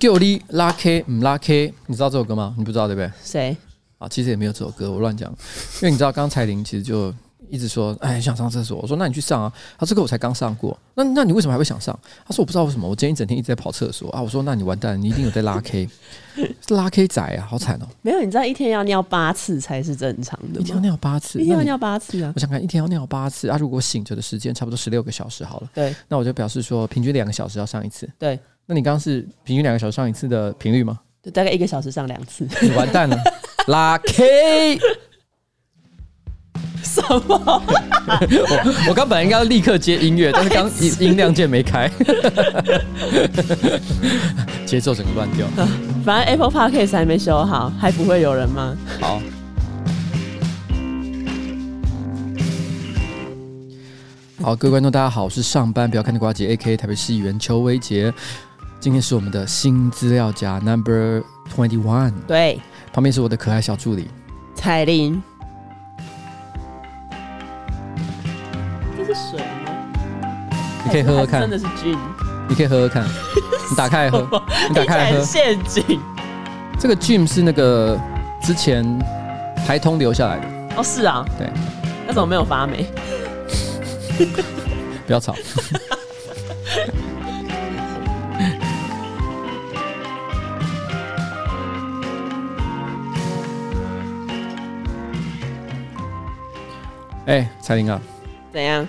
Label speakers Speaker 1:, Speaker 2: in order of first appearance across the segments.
Speaker 1: 丢力拉 K 唔拉 K，你知道这首歌吗？你不知道对不对？
Speaker 2: 谁？
Speaker 1: 啊，其实也没有这首歌，我乱讲，因为你知道，刚刚彩玲其实就一直说，哎，想上厕所。我说，那你去上啊。她说这个我才刚上过，那那你为什么还会想上？她说我不知道为什么，我今天一整天一直在跑厕所啊。我说，那你完蛋了，你一定有在拉 K，是 拉 K 仔啊，好惨哦，
Speaker 2: 没有，你知道一天要尿八次才是正常的
Speaker 1: 一天要
Speaker 2: 吗？
Speaker 1: 尿八次，
Speaker 2: 一天
Speaker 1: 那
Speaker 2: 要
Speaker 1: 你
Speaker 2: 尿八次啊！
Speaker 1: 我想看一天要尿八次啊，如果醒着的时间差不多十六个小时好了，
Speaker 2: 对
Speaker 1: 那我就表示说平均两个小时要上一次。
Speaker 2: 对，
Speaker 1: 那你刚刚是平均两个小时上一次的频率吗？
Speaker 2: 就大概一个小时上两次。
Speaker 1: 你完蛋了，拉 K。
Speaker 2: 什么？
Speaker 1: 我刚本来应该要立刻接音乐，但是刚音音量键没开，节奏整个乱掉。
Speaker 2: 反正 Apple Podcast 还没修好，还不会有人吗？
Speaker 1: 好。好，各位观众，大家好，我是上班不要看的瓜姐，A K 台北市议员邱威杰。今天是我们的新资料夹 Number Twenty One，
Speaker 2: 对，
Speaker 1: 旁边是我的可爱小助理。
Speaker 2: 彩铃。这是水吗？
Speaker 1: 你可以喝喝看
Speaker 2: 还是真的是 gin，
Speaker 1: 你可以喝喝看，你打开来喝， 你打开来
Speaker 2: 听起
Speaker 1: 喝
Speaker 2: 很。陷阱。
Speaker 1: 这个 Jim 是那个之前台通留下来的，
Speaker 2: 哦，是啊，
Speaker 1: 对，
Speaker 2: 那怎么没有发霉？
Speaker 1: 不要吵。 哎、彩玲啊，
Speaker 2: 怎样？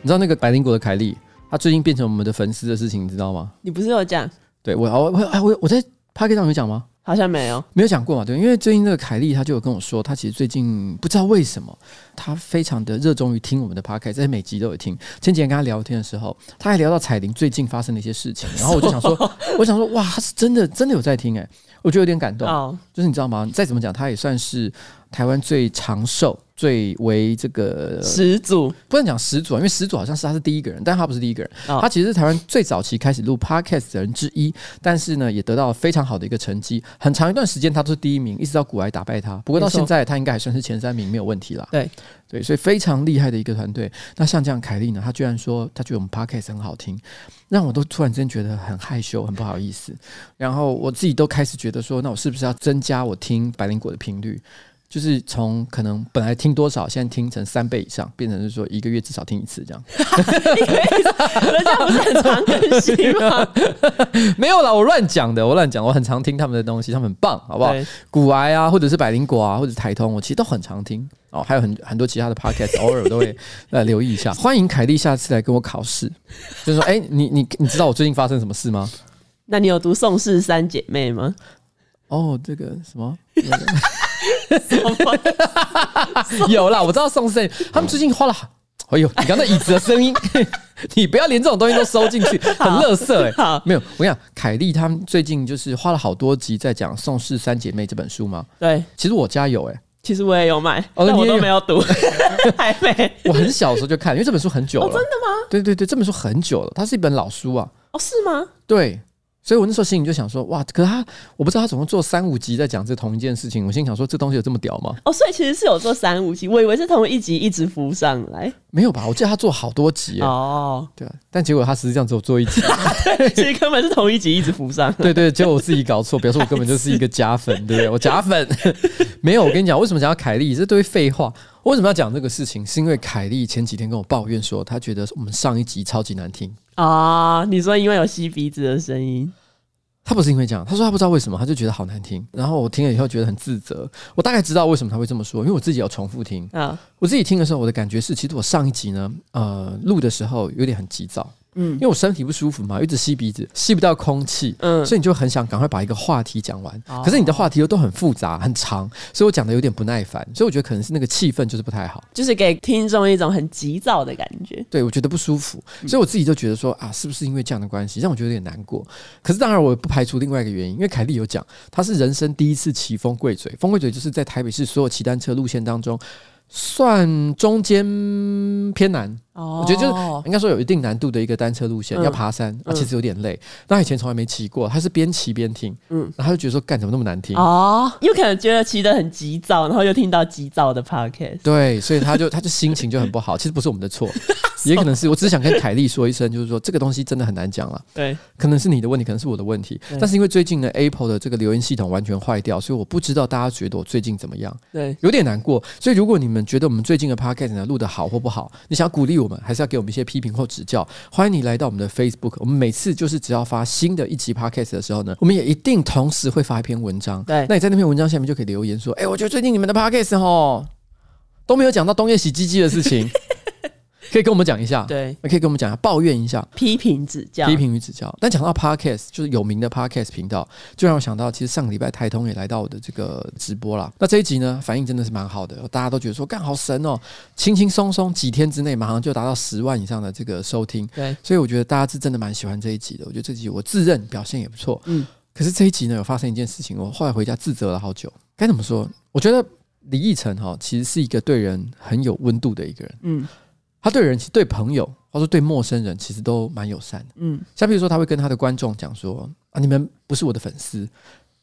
Speaker 1: 你知道那个百灵果的凯莉，她最近变成我们的粉丝的事情，你知道吗？
Speaker 2: 你不是有讲？
Speaker 1: 对我，我，我哎，我我在 p a 上有讲吗？
Speaker 2: 好像没有。
Speaker 1: 没有讲过嘛，对，因为最近这个凯莉她就有跟我说，她其实最近不知道为什么，她非常的热衷于听我们的 podcast，在每集都有听。前几天跟她聊天的时候，她还聊到彩铃最近发生的一些事情，然后我就想说，我想说，哇，她是真的真的有在听哎、我就有点感动。
Speaker 2: 哦，
Speaker 1: 就是你知道吗？再怎么讲，她也算是台湾最长寿、最为这个
Speaker 2: 始祖
Speaker 1: 不能讲始祖啊，因为始祖好像是他是第一个人，但他不是第一个人，
Speaker 2: 哦
Speaker 1: 他其实是台湾最早期开始录 podcast 的人之一，但是呢，也得到了非常好的一个成绩，很长一段时间他都是第一名，一直到古埃打败他，不过到
Speaker 2: 没错
Speaker 1: 现在他应该还算是前三名没有问题啦。
Speaker 2: 对
Speaker 1: 对，所以非常厉害的一个团队。那像这样凯莉呢，她居然说她觉得我们 podcast 很好听，让我都突然间觉得很害羞，很不好意思，然后我自己都开始觉得说，那我是不是要增加我听百灵果的频率？就是从可能本来听多少，现在听成三倍以上，变成是说一个月至少听一次这 样。
Speaker 2: 人家不是很常更新吗？
Speaker 1: 没有啦，我乱讲的，我乱讲，我很常听他们的东西，他们很棒，好不好？
Speaker 2: 对，
Speaker 1: 古癌啊，或者是百灵果啊，或者台通，我其实都很常听哦，还有很很多其他的 podcast，偶尔 我都会呃留意一下。欢迎凯莉下次来跟我考试，就是说，哎、你你你知道我最近发生什么事吗？
Speaker 2: 那你有读《宋氏三姐妹》吗？
Speaker 1: 哦，这个什么
Speaker 2: 什么
Speaker 1: 有啦，我知道宋胜他们最近花了。哎呦，你刚才椅子的声音， 你不要连这种东西都收进去，很垃圾哎、
Speaker 2: 好
Speaker 1: 没有，我跟你讲，凯莉他们最近就是花了好多集在讲《宋氏三姐妹》这本书嘛。
Speaker 2: 对，
Speaker 1: 其实我家有哎、
Speaker 2: 其实我也有买，
Speaker 1: 哦
Speaker 2: 但
Speaker 1: 你
Speaker 2: 我
Speaker 1: 也
Speaker 2: 都
Speaker 1: 有
Speaker 2: 没有读， 还没。
Speaker 1: 我很小的时候就看，因为这本书很久了。
Speaker 2: 哦，真的吗？
Speaker 1: 对对对，这本书很久了，它是一本老书啊。
Speaker 2: 哦，是吗？
Speaker 1: 对，所以我那时候心里就想说，哇，可是他我不知道他总共做三五集在讲这同一件事情，我心想说这东西有这么屌吗？
Speaker 2: 哦，所以其实是有做三五集，我以为是同一集一直浮上来。
Speaker 1: 没有吧？我记得他做好多集耶、
Speaker 2: 哦，
Speaker 1: 对啊，但结果他实际上只有做一集。
Speaker 2: 其实根本是同一集一直浮 上。
Speaker 1: 对对，结果我自己搞错，表示我根本就是一个假粉，对不对？我假粉 没有。我跟你讲，为什么讲到凯莉这堆废话？我为什么要讲这个事情？是因为凯莉前几天跟我抱怨说，她觉得我们上一集超级难听。
Speaker 2: 啊、你说因为有吸鼻子的声音，
Speaker 1: 她不是因为这样，她说她不知道为什么，她就觉得好难听。然后我听了以后觉得很自责。我大概知道为什么她会这么说，因为我自己有重复听。
Speaker 2: 啊，
Speaker 1: 我自己听的时候，我的感觉是，其实我上一集呢，呃，录的时候有点很急躁，嗯，因为我身体不舒服嘛，一直吸鼻子，吸不到空气，
Speaker 2: 嗯
Speaker 1: 所以你就很想赶快把一个话题讲完。
Speaker 2: 哦
Speaker 1: 可是你的话题又都很复杂、很长，所以我讲的有点不耐烦，所以我觉得可能是那个气氛就是不太好，
Speaker 2: 就是给听众一种很急躁的感觉。
Speaker 1: 对我觉得不舒服，
Speaker 2: 嗯
Speaker 1: 所以我自己就觉得说啊，是不是因为这样的关系让我觉得有点难过？可是当然，我也不排除另外一个原因，因为凯莉有讲，她是人生第一次骑风贵嘴，风贵嘴就是在台北市所有骑单车路线当中。算中间偏难，
Speaker 2: 哦
Speaker 1: 我觉得就是应该说有一定难度的一个单车路线，
Speaker 2: 嗯
Speaker 1: 要爬山啊，
Speaker 2: 嗯
Speaker 1: 其实有点累。那以前从来没骑过，他是边骑边听，嗯
Speaker 2: 嗯，
Speaker 1: 然后他就觉得说干怎么那么难听，
Speaker 2: 哦，有可能觉得骑得很急躁，然后又听到急躁的 podcast，
Speaker 1: 对，所以他就 他就心情就很不好。其实不是我们的错，也可能是我只是想跟凯莉说一声，就是说这个东西真的很难讲了，
Speaker 2: 对，
Speaker 1: 可能是你的问题，可能是我的问题。
Speaker 2: 对
Speaker 1: 但是因为最近呢，Apple 的这个留言系统完全坏掉，所以我不知道大家觉得我最近怎么样，
Speaker 2: 对，
Speaker 1: 有点难过。所以如果你们觉得我们最近的 Podcast 呢录得好或不好，你想要鼓励我们，还是要给我们一些批评或指教，欢迎你来到我们的 Facebook。我们每次就是只要发新的一集 Podcast 的时候呢，我们也一定同时会发一篇文章。
Speaker 2: 对
Speaker 1: 那你在那篇文章下面就可以留言说：“哎、我觉得最近你们的 Podcast 哦都没有讲到冬夜洗鸡鸡的事情，可以跟我们讲一下，
Speaker 2: 对，
Speaker 1: 可以跟我们讲一下，抱怨一下。”
Speaker 2: 批评指教，
Speaker 1: 批评与指教。但讲到 podcast，就是有名的 podcast 频道，就让我想到，其实上个礼拜台通也来到我的这个直播啦。那这一集呢，反应真的是蛮好的，大家都觉得说干好神哦，轻轻松松几天之内马上就达到十万以上的这个收听，
Speaker 2: 对，
Speaker 1: 所以我觉得大家是真的蛮喜欢这一集的。我觉得这集我自认表现也不错，嗯
Speaker 2: 嗯。
Speaker 1: 可是这一集呢，有发生一件事情，我后来回家自责了好久。该怎么说？我觉得李义成哈、其实是一个对人很有温度的一个人。
Speaker 2: 嗯
Speaker 1: 他对人、其实对朋友，或者说对陌生人，其实都蛮友善的。
Speaker 2: 嗯，
Speaker 1: 像比如说，他会跟他的观众讲说：“啊，你们不是我的粉丝，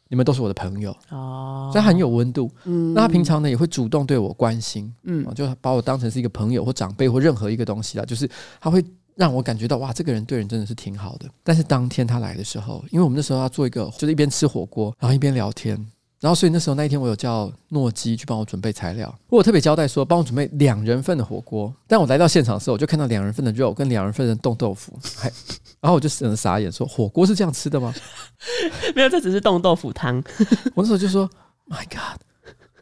Speaker 1: 你们都是我的朋友。”
Speaker 2: 哦，
Speaker 1: 所以他很有温度。
Speaker 2: 嗯
Speaker 1: 那他平常呢也会主动对我关心，
Speaker 2: 嗯
Speaker 1: 啊，就把我当成是一个朋友或长辈或任何一个东西啦，就是他会让我感觉到哇，这个人对人真的是挺好的。但是当天他来的时候，因为我们那时候要做一个，就是一边吃火锅，然后一边聊天。然后，所以那时候那一天，我有叫诺基去帮我准备材料。我有特别交代说，帮我准备两人份的火锅。但我来到现场的时候，我就看到两人份的肉跟两人份的冻豆腐，还，然后我就整个傻眼说火锅是这样吃的吗？
Speaker 2: 没有，这只是冻豆腐汤，
Speaker 1: 我那时候就说，My God，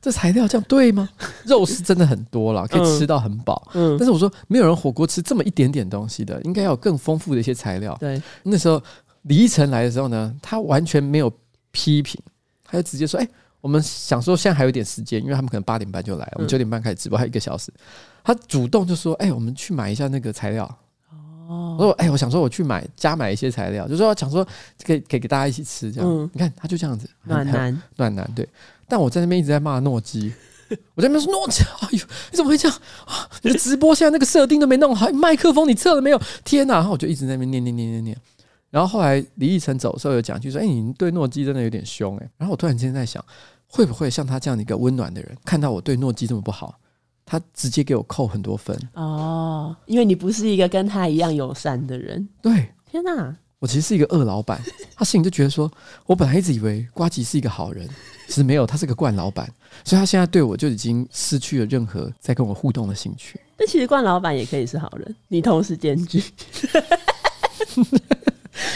Speaker 1: 这材料这样对吗？肉是真的很多啦，可以吃到很饱。
Speaker 2: 嗯
Speaker 1: 但，是我说，没有人火锅吃这么一点点东西的，应该要有更丰富的一些材料。
Speaker 2: 对，
Speaker 1: 那时候李依晨来的时候呢，他完全没有批评，他就直接说：“哎、我们想说现在还有点时间，因为他们可能八点半就来，我们
Speaker 2: 嗯
Speaker 1: 九点半开始直播，还有一个小时。”他主动就说：“哎、我们去买一下那个材料。”我
Speaker 2: 哦，
Speaker 1: 说：“哎、我想说我去买加买一些材料，就说想说可以可以给大家一起吃这样。
Speaker 2: 嗯
Speaker 1: 你看他就这样子，很
Speaker 2: 暖
Speaker 1: 很
Speaker 2: 男，
Speaker 1: 暖男对，但我在那边一直在骂诺基，我在那边说诺基，哎呦，你怎么会这样啊？你的直播现在那个设定都没弄好，麦克风你测了没有？天哪！然后我就一直在那边念念念念念。然后后来李义成走的时候有讲一句说：“哎、你对诺基真的有点凶哎、然后我突然之间在想，会不会像他这样的一个温暖的人，看到我对诺基这么不好，他直接给我扣很多分？
Speaker 2: 哦，因为你不是一个跟他一样友善的人，
Speaker 1: 对
Speaker 2: 天哪、
Speaker 1: 我其实是一个恶老板，他心里就觉得说，我本来一直以为瓜吉是一个好人，其实没有，他是个惯老板，所以他现在对我就已经失去了任何在跟我互动的兴趣。
Speaker 2: 但其实冠老板也可以是好人，你同时兼 具，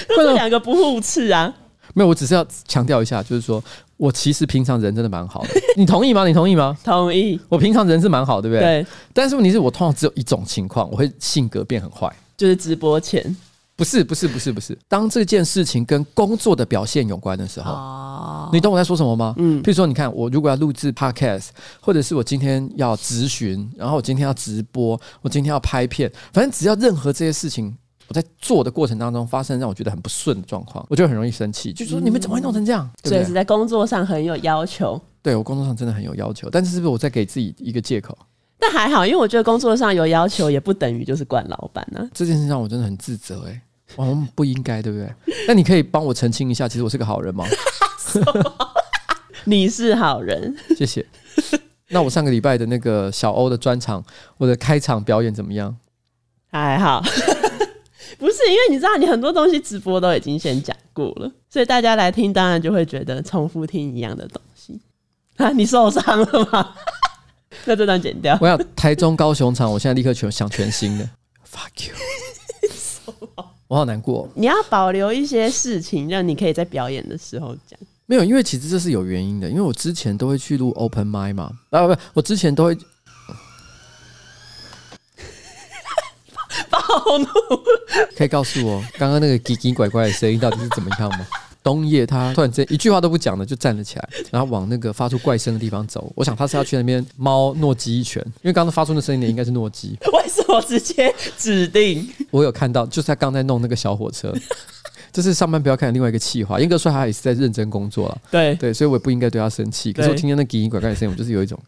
Speaker 2: 那这两个不互斥啊，
Speaker 1: 没有，我只是要强调一下，就是说我其实平常人真的蛮好的，你同意吗？你同意吗？
Speaker 2: 同意，
Speaker 1: 我平常人是蛮好，对不对？。
Speaker 2: 对，
Speaker 1: 但是问题是我通常只有一种情况，我会性格变很坏。
Speaker 2: 就是直播前
Speaker 1: 不是，不是，不是，不是。当这件事情跟工作的表现有关的时候，
Speaker 2: 哦，
Speaker 1: 你懂我在说什么吗？嗯，
Speaker 2: 嗯
Speaker 1: 譬如说，你看，我如果要录制 podcast，或者是我今天要咨询，然后我今天要直播，我今天要拍片，反正只要任何这些事情，我在做的过程当中发生让我觉得很不顺的状况，我就很容易生气，就说你们怎么会弄成这样？
Speaker 2: 所
Speaker 1: 对
Speaker 2: 以
Speaker 1: 不
Speaker 2: 嗯是
Speaker 1: 对？
Speaker 2: 在工作上很有要求，
Speaker 1: 对我工作上真的很有要求，但是是不是我在给自己一个借口？
Speaker 2: 但还好，因为我觉得工作上有要求也不等于就是冠老板啊。
Speaker 1: 这件事让我真的很自责、欸，哎，我们不应该，对不对？ 那你可以帮我澄清一下，其实我是个好人吗？
Speaker 2: 你是好人，
Speaker 1: 谢谢。那我上个礼拜的那个小欧的专场，我的开场表演怎么样？
Speaker 2: 还好， 不是因为你知道，你很多东西直播都已经先讲过了，所以大家来听，当然就会觉得重复听一样的东西 啊。你受伤了吗？ 那这段剪掉。
Speaker 1: 我想台中、高雄场，我现在立刻全想全新的。Fuck you！我好难过。哦
Speaker 2: 你要保留一些事情，让你可以在表演的时候 讲。
Speaker 1: 没有，因为其实这是有原因的，因为我之前都会去录 open m i 嘛，啊不，我之前都会
Speaker 2: 暴怒，
Speaker 1: 可以告诉我 刚刚那个叽叽拐拐的声音到底是怎么样吗？冬叶他突然间一句话都不讲的就站了起来，然后往那个发出怪声的地方走。我想他是要去那边猫诺基一拳，因为刚刚发出那声音的应该是诺基。
Speaker 2: 为什么直接指定？
Speaker 1: 我有看到，就是他刚在弄那个小火车， 这是上班不要看的另外一个气话。严格说，他也是在认真工作了。
Speaker 2: 对，
Speaker 1: 对，所以我也不应该对他生气。可是我
Speaker 2: 对
Speaker 1: 听见那叽叽拐拐的声音，我就是有一种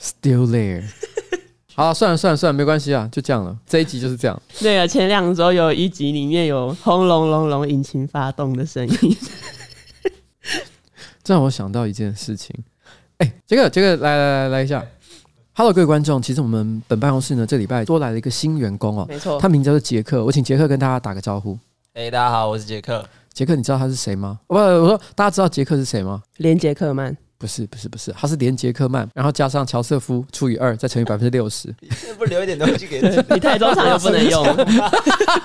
Speaker 1: still there， 好啊，算了算了算了，没关系啊，就这样了。这一集就是这样。
Speaker 2: 那个啊前两周有一集里面有轰隆隆隆引擎发动的声音，
Speaker 1: 这让我想到一件事情，哎、这个这个，来来来来一下，Hello，各位观众，其实我们本办公室呢，这礼拜多来了一个新员工哦，
Speaker 2: 没错
Speaker 1: 他名叫做杰克，我请杰克跟大家打个招呼。
Speaker 3: 哎、大家好，我是杰克。
Speaker 1: 杰克，你知道他是谁吗？哦不，我说大家知道杰克是谁吗？
Speaker 2: 连杰克曼，
Speaker 1: 不是，不是，不是，他是连杰克曼，然后加上乔瑟夫除以二，再乘以百分之六十。
Speaker 3: 不留一点东西 给自己？
Speaker 2: 你太中场又不能 用，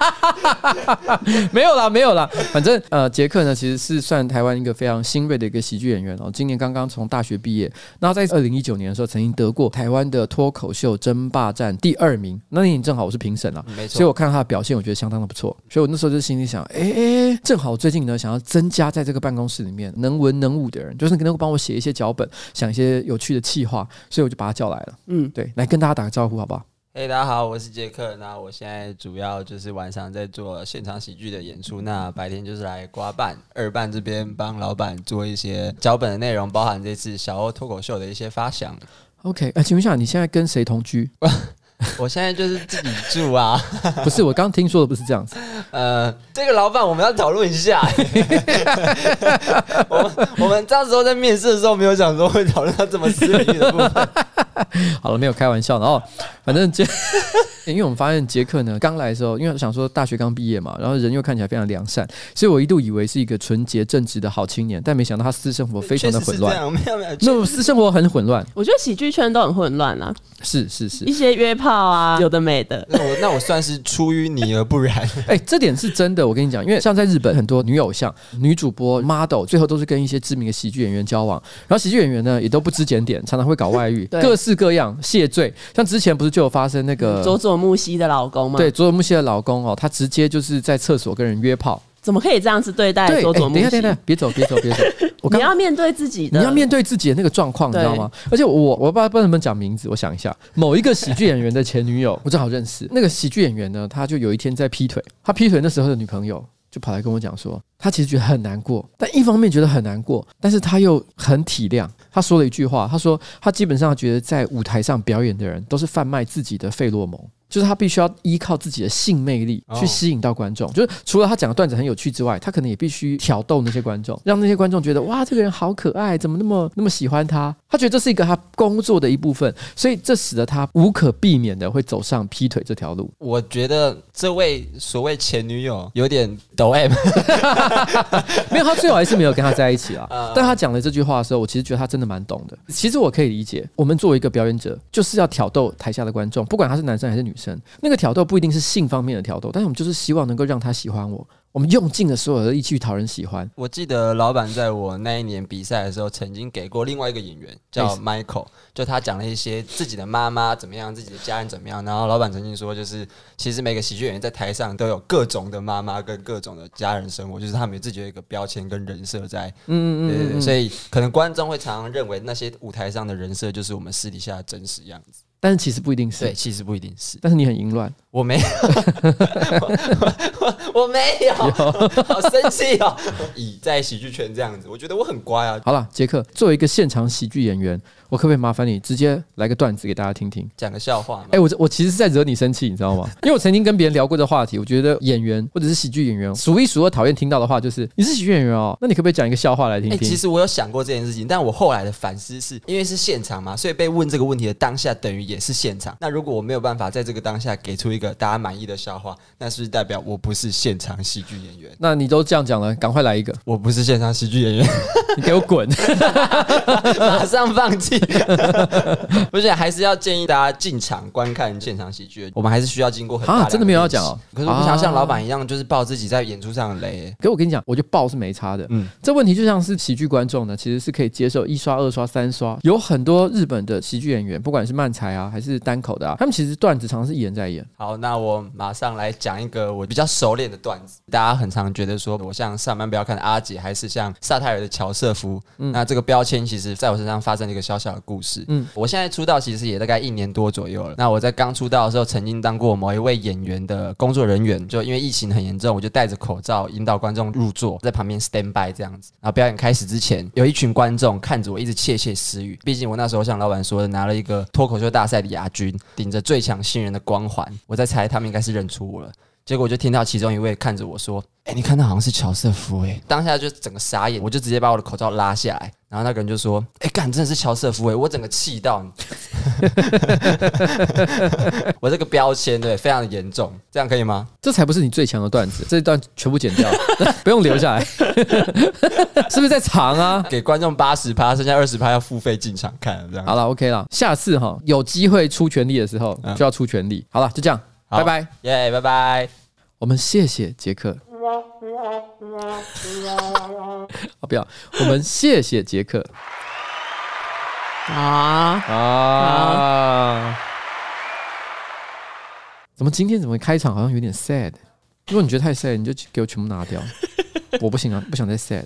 Speaker 1: 没有啦，没有啦，反正呃，杰克呢其实是算台湾一个非常新锐的一个喜剧演员哦，今年刚刚从大学毕业，那在二零一九年的时候曾经得过台湾的脱口秀争霸战第二名，那年正好我是评审啊，
Speaker 3: 嗯没
Speaker 1: 所以
Speaker 3: 错，
Speaker 1: 我看他的表现，我觉得相当的不错。所以我那时候就心里想，哎、诶正好最近呢，想要增加在这个办公室里面能文能武的人，就是能够帮我写一些脚本，想一些有趣的企划，所以我就把他叫来了。
Speaker 2: 嗯，
Speaker 1: 对，来跟大家打个招呼好不好？
Speaker 3: 哎、大家好，我是杰克。那我现在主要就是晚上在做现场喜剧的演出，那白天就是来瓜办、二办这边帮老板做一些脚本的内容，包含这次小欧脱口秀的一些 发想。
Speaker 1: OK，呃，请问一下，你现在跟谁同居？
Speaker 3: 我现在就是自己住啊，
Speaker 1: 不是，我刚听说的不是这样子。
Speaker 3: 呃，这个老板我们要讨论一下。 我们我们到时候在面试的时候没有想说会讨论到这么私密的部分。
Speaker 1: 好了，没有开玩笑。然后，反正杰， 因为我们发现杰克呢，刚来的时候，因为我想说大学刚毕业嘛，然后人又看起来非常良善，所以我一度以为是一个纯洁正直的好青年，但没想到他私生活 非常的
Speaker 3: 确实
Speaker 1: 混
Speaker 3: 是这
Speaker 1: 乱。
Speaker 3: 样，没有没有，
Speaker 1: 那种私生活很混乱，
Speaker 2: 我觉得喜剧圈都很混乱啊啦，
Speaker 1: 是是是
Speaker 2: 一，些约炮 啊，有的没的，
Speaker 3: 那我那我算是出淤泥而不染。
Speaker 1: 哎、这点是真的。我跟你讲，因为像在日本，很多女偶像、女主播、model，最后都是跟一些知名的喜剧演员交往，然后喜剧演员呢也都不知检点，常常会搞外遇，
Speaker 2: 对
Speaker 1: 各式各样谢罪。像之前不是就有发生那个
Speaker 2: 呃
Speaker 3: 嗯
Speaker 2: 佐佐木希的老公嘛，
Speaker 1: 对，佐佐木希的老公哦，他直接就是在厕所跟人约炮。
Speaker 2: 怎么可以这样子对待
Speaker 1: 对，
Speaker 2: 佐
Speaker 1: 哎
Speaker 2: 佐木
Speaker 1: 等一下，
Speaker 2: 希
Speaker 1: 等一？下，别走，别走，别走。我刚
Speaker 2: 你要面对自己的，
Speaker 1: 你要面对自己的那个状况，你知道吗？而且我我不知道不能不能讲名字，我想一下，某一个喜剧演员的前女友，我正好认识。那个喜剧演员呢，他就有一天在劈腿，他劈腿那时候的女朋友就跑来跟我讲说，他其实觉得很难过，但一方面觉得很难过，但是他又很体谅。他说了一句话，他说他基本上觉得在舞台上表演的人都是贩卖自己的费洛蒙。就是他必须要依靠自己的性魅力
Speaker 3: 哦
Speaker 1: 去吸引到观众，就是除了他讲的段子很有趣之外，他可能也必须挑逗那些观众，让那些观众觉得哇，这个人好可爱，怎么那么那么喜欢他？他觉得这是一个他工作的一部分，所以这使得他无可避免的会走上劈腿这条路。
Speaker 3: 我觉得这位所谓前女友有点抖 M，
Speaker 1: 没有，他最后还是没有跟他在一起啦
Speaker 3: 嗯。
Speaker 1: 但他讲了这句话的时候，我其实觉得他真的蛮懂的。其实我可以理解，我们作为一个表演者，就是要挑逗台下的观众，不管他是男生还是女生。那个挑逗不一定是性方面的挑逗，但是我们就是希望能够让他喜欢我。我们用尽了所有的力气去讨人喜欢。
Speaker 3: 我记得老板在我那一年比赛的时候，曾经给过另外一个演员叫 Michael，就他讲了一些自己的妈妈怎么样，自己的家人怎么样。然后老板曾经说，就是其实每个喜剧演员在台上都有各种的妈妈跟各种的家人生活，就是他们有自己有一个标签跟人设在。
Speaker 1: 嗯
Speaker 3: 对对对，所以可能观众会常常认为那些舞台上的人设就是我们私底下的真实样子。
Speaker 1: 但是其实不一定是
Speaker 3: 对，。其实不一定是。
Speaker 1: 但是你很淫乱，
Speaker 3: 我没有， 我我我没有，好生气哦！以在喜剧圈这样子，我觉得我很乖啊，
Speaker 1: 好了，杰克，作为一个现场喜剧演员，我可不可以麻烦你直接来个段子给大家听听？
Speaker 3: 讲个笑话嘛。
Speaker 1: 哎、我这我其实是在惹你生气，你知道吗？因为我曾经跟别人聊过这话题，我觉得演员或者是喜剧演员数一数二讨厌听到的话就是你是喜剧演员哦，那你可不可以讲一个笑话来听
Speaker 3: 哎、
Speaker 1: 听？
Speaker 3: 其实我有想过这件事情，但我后来的反思是，因为是现场嘛，所以被问这个问题的当下，等于也是现场。那如果我没有办法在这个当下给出一个大家满意的笑话，那是不是代表我不是现场喜剧演员？
Speaker 1: 那你都这样讲了，赶快来一个，
Speaker 3: 我不是现场喜剧演员，
Speaker 1: 你给我 滚！
Speaker 3: 马上放弃。 不是，还是要建议大家进场观看现场喜剧，我们还是需要经过很大量
Speaker 1: 啊真的没有要讲
Speaker 3: 练习
Speaker 1: 哦
Speaker 3: 可是我不想像
Speaker 1: 啊
Speaker 3: 老板一样，就是爆自己在演出上的雷。
Speaker 1: 可我跟你讲，我觉得爆是没差的。嗯
Speaker 3: 嗯，
Speaker 1: 这问题就像是喜剧观众呢，其实是可以接受一刷、二刷、三刷。有很多日本的喜剧演员，不管是漫才啊，还是单口的啊，他们其实段子常常是一人在演。
Speaker 3: 好，那我马上来讲一个我比较熟练的段子。大家很常觉得说我像上班不要看的阿姐，还是像萨泰尔的乔瑟夫。那这个标签其实在我身上发生了一个小小的故事。
Speaker 1: 嗯
Speaker 3: 嗯，我现在出道其实也大概一年多左右了。那我在刚出道的时候，曾经当过某一位演员的工作人员，就因为疫情很严重，我就戴着口罩引导观众入座，在旁边 stand by 这样子。然后表演开始之前，有一群观众看着我一直窃窃私语。毕竟我那时候像老板说的，拿了一个脱口秀大大赛的亚军，顶着最强新人的光环，我在猜他们应该是认出我了。结果我就听到其中一位看着我说：“哎、你看到好像是乔瑟夫哎、 当下就整个傻眼，我就直接把我的口罩拉下来，然后那个人就说：“哎、干，真的是乔瑟夫哎、我整个气到你，我这个标签对非常的严重，这样可以吗？
Speaker 1: 这才不是你最强的段子，这一段全部剪掉， 不用留下来， 是不是在藏啊？
Speaker 3: 给观众八十趴，剩下二十趴要付费进场看，这
Speaker 1: 嗯
Speaker 3: 样。
Speaker 1: 好了，OK 了，下次哈有机会出全力的时候
Speaker 3: 嗯
Speaker 1: 就要出全力。好了，就这样，
Speaker 3: 好
Speaker 1: 拜拜。
Speaker 3: 耶拜拜。
Speaker 1: 我们谢谢杰克， 啊不要，我们谢谢杰克
Speaker 2: 啊，
Speaker 1: 啊。怎么今天怎么开场好像有点 sad？如果你觉得太 sad，你就给我全部 拿掉。我不行啊，不想再 sad。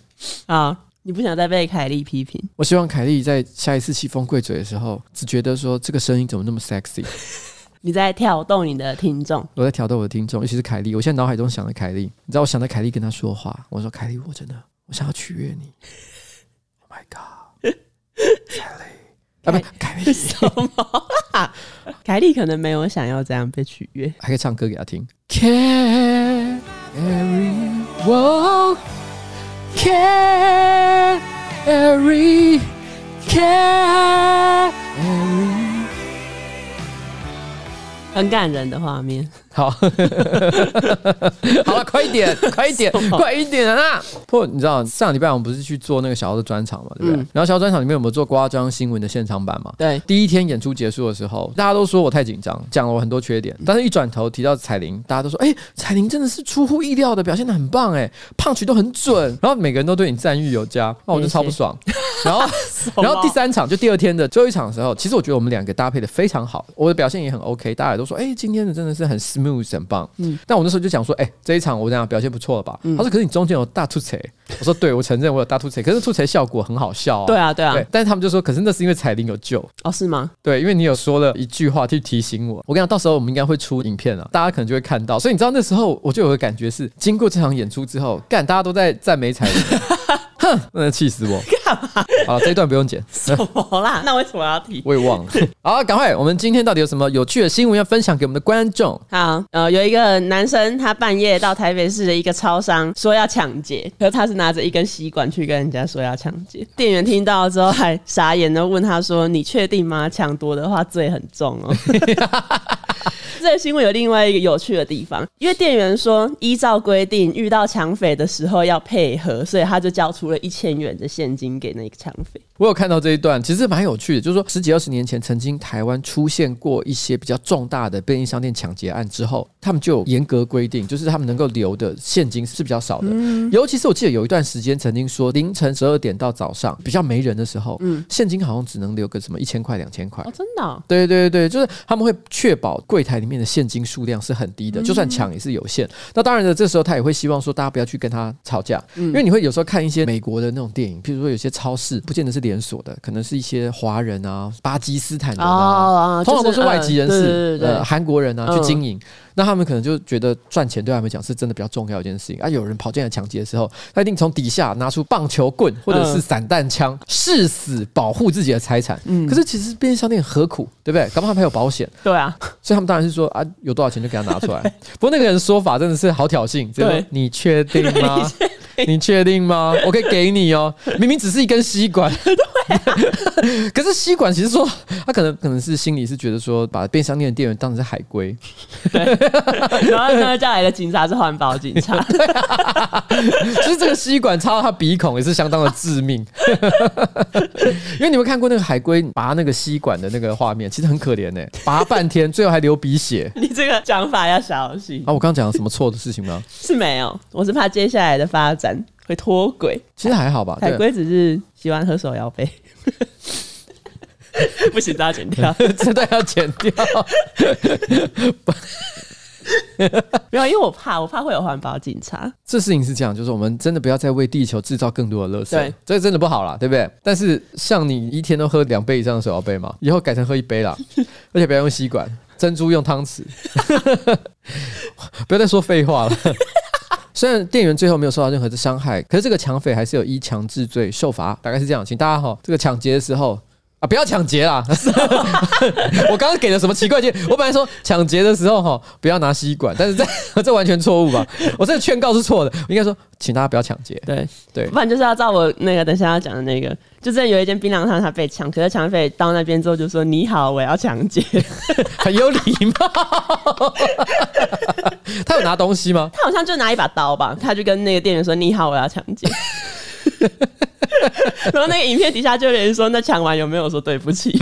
Speaker 2: 好，你不想再被凯莉批评？
Speaker 1: 我希望凯莉在下一次起风贵嘴的时候，只觉得说这个声音怎么那么 sexy。
Speaker 2: 你在挑动你的 听众，
Speaker 1: 我在挑逗我的听众，尤其是凯莉。我现在脑海中想着凯莉，你知道我想着凯莉跟她说话，我说凯莉，我真的我想要取悦你。Oh my god，凯莉啊，不凯莉，
Speaker 2: 什么啦？凯莉可能没有想要这样被取悦。
Speaker 1: 还可以唱歌给她听。Carry, wow, carry, carry.
Speaker 2: 很感人的画面。
Speaker 1: 好，好了，快一 点，快一点，快一点啊！或你知道上礼拜我们不是去做那个小奥的专场嘛，对不对？
Speaker 2: 嗯
Speaker 1: 然后小奥专场里面有没有做刮张新闻的现场版嘛？
Speaker 2: 对，
Speaker 1: 第一天演出结束的时候，大家都说我太紧张，讲了我很多缺点，但是一转头提到彩铃，大家都说：“哎、彩铃真的是出乎意料的表现的很棒、哎，胖曲都很准。”然后每个人都对你赞誉有加，那我就超不爽。然后，然后第三场就第二天的最后一场的时候，其实我觉得我们两个搭配的非常好，我的表现也很 OK，大家也都说：“哎、今天的真的是很 smooth，很棒。”嗯，但我那时候就讲说：“哎、这一场我这样表现不错了吧？”他说：“可是你中间有大吐槽。”我说：“对，我承认我有大吐槽，可是吐槽效果很好笑啊。”
Speaker 2: 对。啊，对啊，
Speaker 1: 对，但是他们就说，可是那是因为彩铃有救，
Speaker 2: 哦，是吗？
Speaker 1: 对，因为你有说了一句话去提醒我，我跟你讲，到时候我们应该会出影片啊，大家可能就会看到。所以你知道那时候我就有个感觉是，经过这场演出之后，干大家都在赞美彩铃， 哼，那气死我！ 干嘛？好了，这一段不用 剪，
Speaker 2: 什 么啦？那为什么要提？
Speaker 1: 我也忘了。好，赶快，我们今天到底有什么有趣的新闻要分享给我们的观众？
Speaker 2: 好，呃，有一个男生，他半夜到台北市的一个超商说要抢劫，可是他是拿着一根吸管去跟人家说要抢劫。店员听到之后还傻眼的问他说：“你确定吗？抢夺的话罪很重哦。” 这个新闻有另外一个有趣的地方，因为店员说依照规定遇到抢匪的时候要配合，所以他就交出了一千元的现金给那个抢匪。
Speaker 1: 我有看到这一段，其实蛮有趣的，就是说十几二十年前，曾经台湾出现过一些比较重大的便利商店抢劫案之后，他们就有严格规定，就是他们能够留的现金是比较少的。尤其是我记得有一段时间，曾经说凌晨十二点到早上比较没人的时候，现金好像只能留个什么一千块、两千块
Speaker 2: 哦，。真的、哦？
Speaker 1: 对对对，就是他们会确保柜台里面的现金数量是很低的，就算抢也是有限。那当然了，这时候他也会希望说大家不要去跟他吵架，因为你会有时候看一些美国的那种电影，譬如说有些超市不见得是连锁的，可能是一些华人啊、巴基斯坦人啊。
Speaker 2: 哦，
Speaker 1: 通常都
Speaker 2: 就是
Speaker 1: 外籍人士，
Speaker 2: 呃对对对
Speaker 1: 呃，韩国人啊去
Speaker 2: 嗯
Speaker 1: 经营，那他们可能就觉得赚钱对他们讲是真的比较重要一件事情啊。有人跑进来抢劫的时候，他一定从底下拿出棒球棍或者是
Speaker 2: 嗯
Speaker 1: 散弹枪，誓死保护自己的财产。可是其实便利商店何苦，对不对？搞不好他们还有保险，
Speaker 2: 对啊，
Speaker 1: 所以他们当然是说啊，有多少钱就给他拿出来。不过那个人说法真的是好挑衅，直接说
Speaker 2: 对
Speaker 1: 你确定吗？你确定吗？我可以给你哦，明明只是一根吸管。 可是吸管其实说他可能可能是心里是觉得说把便利商店的店员当成是海 龟，
Speaker 2: 然后呢，叫来的警察是环保警察，
Speaker 1: 就是这个吸管插到他鼻孔也是相当的致命。 因为你们看过那个海龟拔那个吸管的那个画面，其实很可怜呢、欸拔半天最后还流鼻血。
Speaker 2: 你这个讲法要小心。
Speaker 1: 啊，我刚刚讲了什么错的事情吗？
Speaker 2: 是没有，我是怕接下来的发展会脱轨。
Speaker 1: 其实还好吧，
Speaker 2: 海
Speaker 1: 啊对。
Speaker 2: 龟只是喜欢喝手摇 杯，不行，这要 剪掉。
Speaker 1: 这段要剪掉。
Speaker 2: 没有，因为我怕，我怕会有环保警察。
Speaker 1: 这事情是这样，就是我们真的不要再为地球制造更多的垃圾，
Speaker 2: 对，
Speaker 1: 这真的不好啦，对不对？但是像你一天都喝两杯以上的手摇杯嘛，以后改成喝一 杯啦，而且不要用吸管，珍珠用汤匙， 不要再说废 话了。虽然店员最后没有受到任何的伤害，可是这个抢匪还是有依强制罪受罚，大概是这样。请大家哈，这个抢劫的时候啊，不要抢劫啦！ 我刚刚给了什么奇怪建议？我本来说抢劫的时候哈，不要拿吸管，但是 这这完全错误吧？我这个劝告是错的，我应该说，请大家不要抢劫。
Speaker 2: 对
Speaker 1: 对
Speaker 2: 不然就是要照我那个等一下要讲的那个，就真的有一间槟榔摊，他被抢，可是抢匪到那边之后就说：“你好，我要抢 劫。
Speaker 1: 很有礼貌。 他有拿东西吗”？
Speaker 2: 他好像就拿一把刀吧，他就跟那个店员说：“你好，我要抢 劫。”然后那个影片底下就有人说：“那抢完有没有说对不起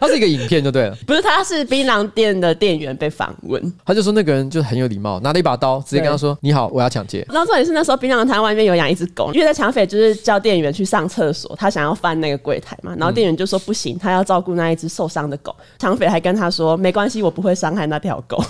Speaker 1: 他是一个影片就对了，？”
Speaker 2: 不是，他是槟榔店的店员被访问。
Speaker 1: 他就说那个人就很有礼貌，拿了一把刀，直接跟他说：“你好，我要抢劫。
Speaker 2: 然后重点是那时候槟榔摊外面有养一只狗，因为在抢匪就是叫店员去上厕所，他想要翻那个柜台嘛，然后店员就说不行，他要照顾那一只受伤的狗。抢匪还跟他说没关系，我不会伤害那条狗。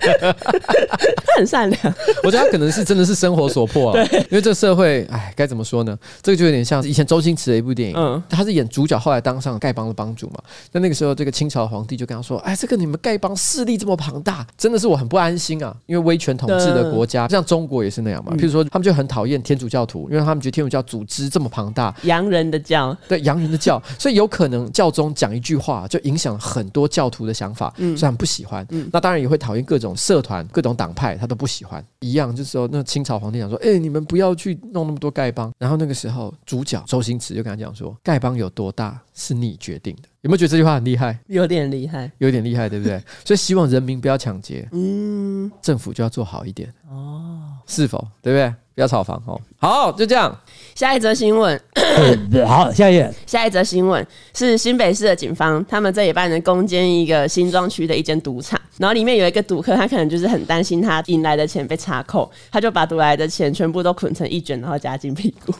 Speaker 2: 他很善良，”
Speaker 1: 我觉得他可能是真的是生活所迫啊，因为这社会，哎，该怎么说呢？这个就有点像以前周星驰的一部电影，
Speaker 2: 嗯
Speaker 1: 他是演主角，后来当上丐帮的帮主嘛。那那个时候，这个清朝皇帝就跟他说：“哎，这个你们丐帮势力这么庞大，真的是我很不安心啊！因为威权统治的国家，像中国也是那样嘛。譬如说，他们就很讨厌天主教徒，因为他们觉得天主教组织这么庞大，
Speaker 2: 洋人的教，
Speaker 1: 对洋人的教，所以有可能教宗讲一句话就影响很多教徒的想法，所以他们不喜欢。那当然也会讨厌各种社团、各种党派，他都不喜欢。一样就是说，那清朝皇帝讲说：“哎、你们不要去弄那么多丐帮。”然后那个时候主角周星驰就跟他讲说：“丐帮有多大是你决定的。”有没有觉得这句话很厉害？
Speaker 2: 有点厉害。
Speaker 1: 有点厉害，对不对？所以希望人民不要抢劫，
Speaker 2: 嗯，
Speaker 1: 政府就要做好一点哦，是否对不对？不要炒房哦。好，就这样。
Speaker 2: 下一则新闻，
Speaker 4: 好，下一页。
Speaker 2: 下一则新闻是新北市的警方，他们这礼拜呢攻坚一个新庄区的一间赌场，然后里面有一个赌客，他可能就是很担心他引来的钱被查扣，他就把赌来的钱全部都捆成一卷，然后夹进屁 股。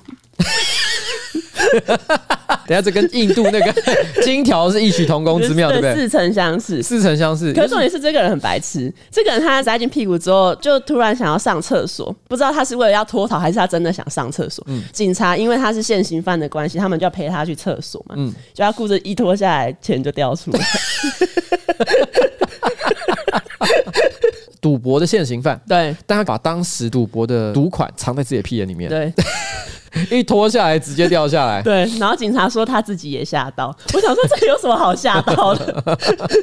Speaker 1: 等一下这跟印度那 个金条是异曲同工之妙，对不对？
Speaker 2: 似曾相识。
Speaker 1: 似曾相识。
Speaker 2: 可是重 点是，这个人很白痴。这个人他扎进屁股之后，就突然想要上厕所，不知道他是为了要脱逃，还是他真的想上厕所。
Speaker 1: 嗯
Speaker 2: 警察因为他是现行犯的关系，他们就要陪他去厕所嘛。
Speaker 1: 嗯
Speaker 2: 就他顾着一脱下来，钱就掉 出来。
Speaker 1: 赌博的现行犯，
Speaker 2: 对
Speaker 1: 但他把当时赌博的赌款藏在自己的屁眼里面，
Speaker 2: 对，
Speaker 1: 一脱下来直接掉下 来。
Speaker 2: 对，然后警察说他自己也吓到，我想说这个有什么好吓到的？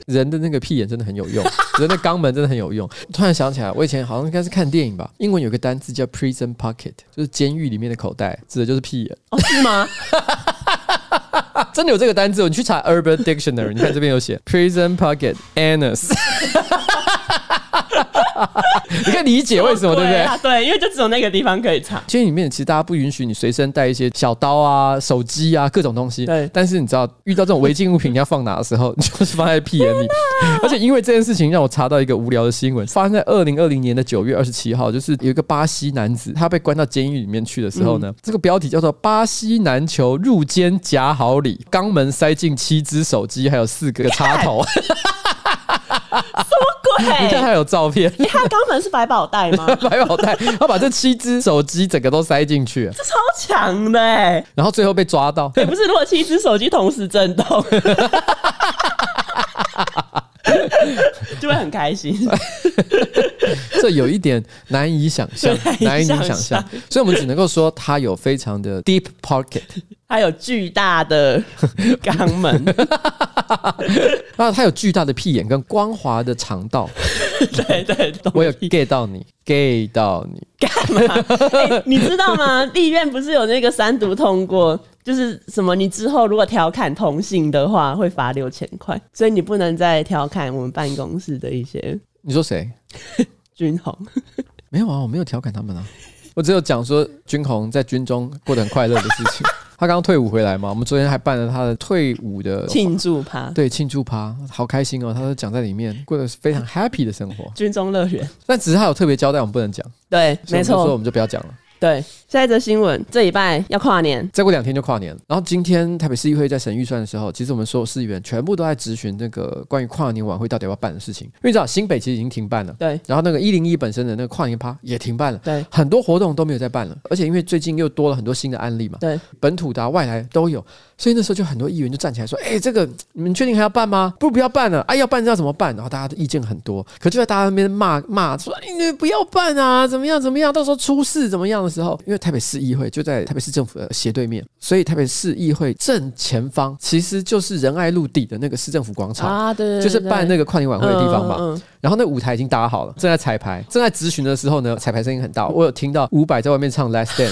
Speaker 1: 人的那个屁眼真的很有 用，人的肛门真的很有用。突然想起来，我以前好像应该是看电影吧，英文有个单字叫 prison pocket，就是监狱里面的口袋，指的就是屁眼。
Speaker 2: 哦，是吗？
Speaker 1: 啊 真的有这个单字，你去查 Urban Dictionary，你看这边有写 prison pocket anus。你可以理解为什么， 对不对？
Speaker 2: 啊？对，因为就只有那个地方可以查。
Speaker 1: 监狱里面其实大家不允许你随身带一些小刀啊、手机啊各种东西。
Speaker 2: 对
Speaker 1: 但是你知道遇到这种违禁物品你要放哪的时候， 你就是放在屁眼 里。而且因为这件事情让我查到一个无聊的新闻，发生在二零二零年的九月二十七号，就是有一个巴西男子他被关到监狱里面去的时候呢，
Speaker 2: 嗯
Speaker 1: 这个标题叫做“巴西男囚入监夹好礼，肛门塞进七只手机，还有四个插头”。
Speaker 2: 鬼，
Speaker 1: 你看
Speaker 2: 哎
Speaker 1: 他有照 片。
Speaker 2: 他肛门是百宝袋吗？
Speaker 1: 百宝袋，他把这七只手机整个都塞进去，
Speaker 2: 这超强的哎、
Speaker 1: 然后最后被抓到。
Speaker 2: 也不是，如果七只手机同时震动， 就会很开 心。，
Speaker 1: 这有一点难以想象
Speaker 2: 难
Speaker 1: 难
Speaker 2: 以
Speaker 1: 以
Speaker 2: 想象
Speaker 1: 想象，所以我们只能够说他有非常的 deep pocket。
Speaker 2: 他有巨大的肛门，
Speaker 1: 那他有巨大的屁眼跟光滑的肠道，
Speaker 2: 对对，懂
Speaker 1: 我有 get 到你，get 到你。
Speaker 2: 欸你知道吗？ 立院不是有那个三读通过，就是什么？你之后如果调侃同性的话，会罚六千块，所以你不能再调侃我们办公室的一些
Speaker 1: 你说谁？
Speaker 2: 军红。
Speaker 1: 没有啊，我没有调侃他们啊，我只有讲说军红在军中过得很快乐的事情。 他刚退伍回来嘛，我们昨天还办了他的退伍的
Speaker 2: 庆祝趴，
Speaker 1: 对庆祝趴，好开心哦！他都讲在里面过得非常 happy 的生活，
Speaker 2: 军中乐园。
Speaker 1: 但只是他有特别交代，我们不能讲，
Speaker 2: 对，
Speaker 1: 所以我们就
Speaker 2: 没
Speaker 1: 说我
Speaker 2: 错，
Speaker 1: 们就不要讲了。
Speaker 2: 对。下一则新闻，这礼拜要跨年，
Speaker 1: 再过两天就跨年了。然后今天台北市议会在审预算的时候，其实我们所有市议员全部都在质询那个关于跨年晚会到底要不要办的事情。因为你知道新北其实已经停办了，
Speaker 2: 对
Speaker 1: 然后那个一零一本身的那个跨年趴也停办了，
Speaker 2: 对
Speaker 1: 很多活动都没有在办了。而且因为最近又多了很多新的案例嘛，
Speaker 2: 对，
Speaker 1: 本土的啊、外来都有，所以那时候就很多议员就站起来说：“哎、这个你们确定还要办吗？不如不要办了。哎、要办要怎么办？”然后大家的意见很多，可就在大家那边骂骂说：“哎你不要办啊，怎么样怎么样？到时候出事怎么样的时候？”因为台北市议会就在台北市政府的斜对面，所以台北市议会正前方其实就是仁爱路底的那个市政府广场。
Speaker 2: 啊，对对对，
Speaker 1: 就是办那
Speaker 2: 个
Speaker 1: 个跨年晚会的地方嘛，
Speaker 2: 嗯嗯
Speaker 1: 然后那舞台已经搭好了，正在彩排，正在咨询的时候呢，彩排声音很大，我有听到伍佰在外面唱《Last Dance》。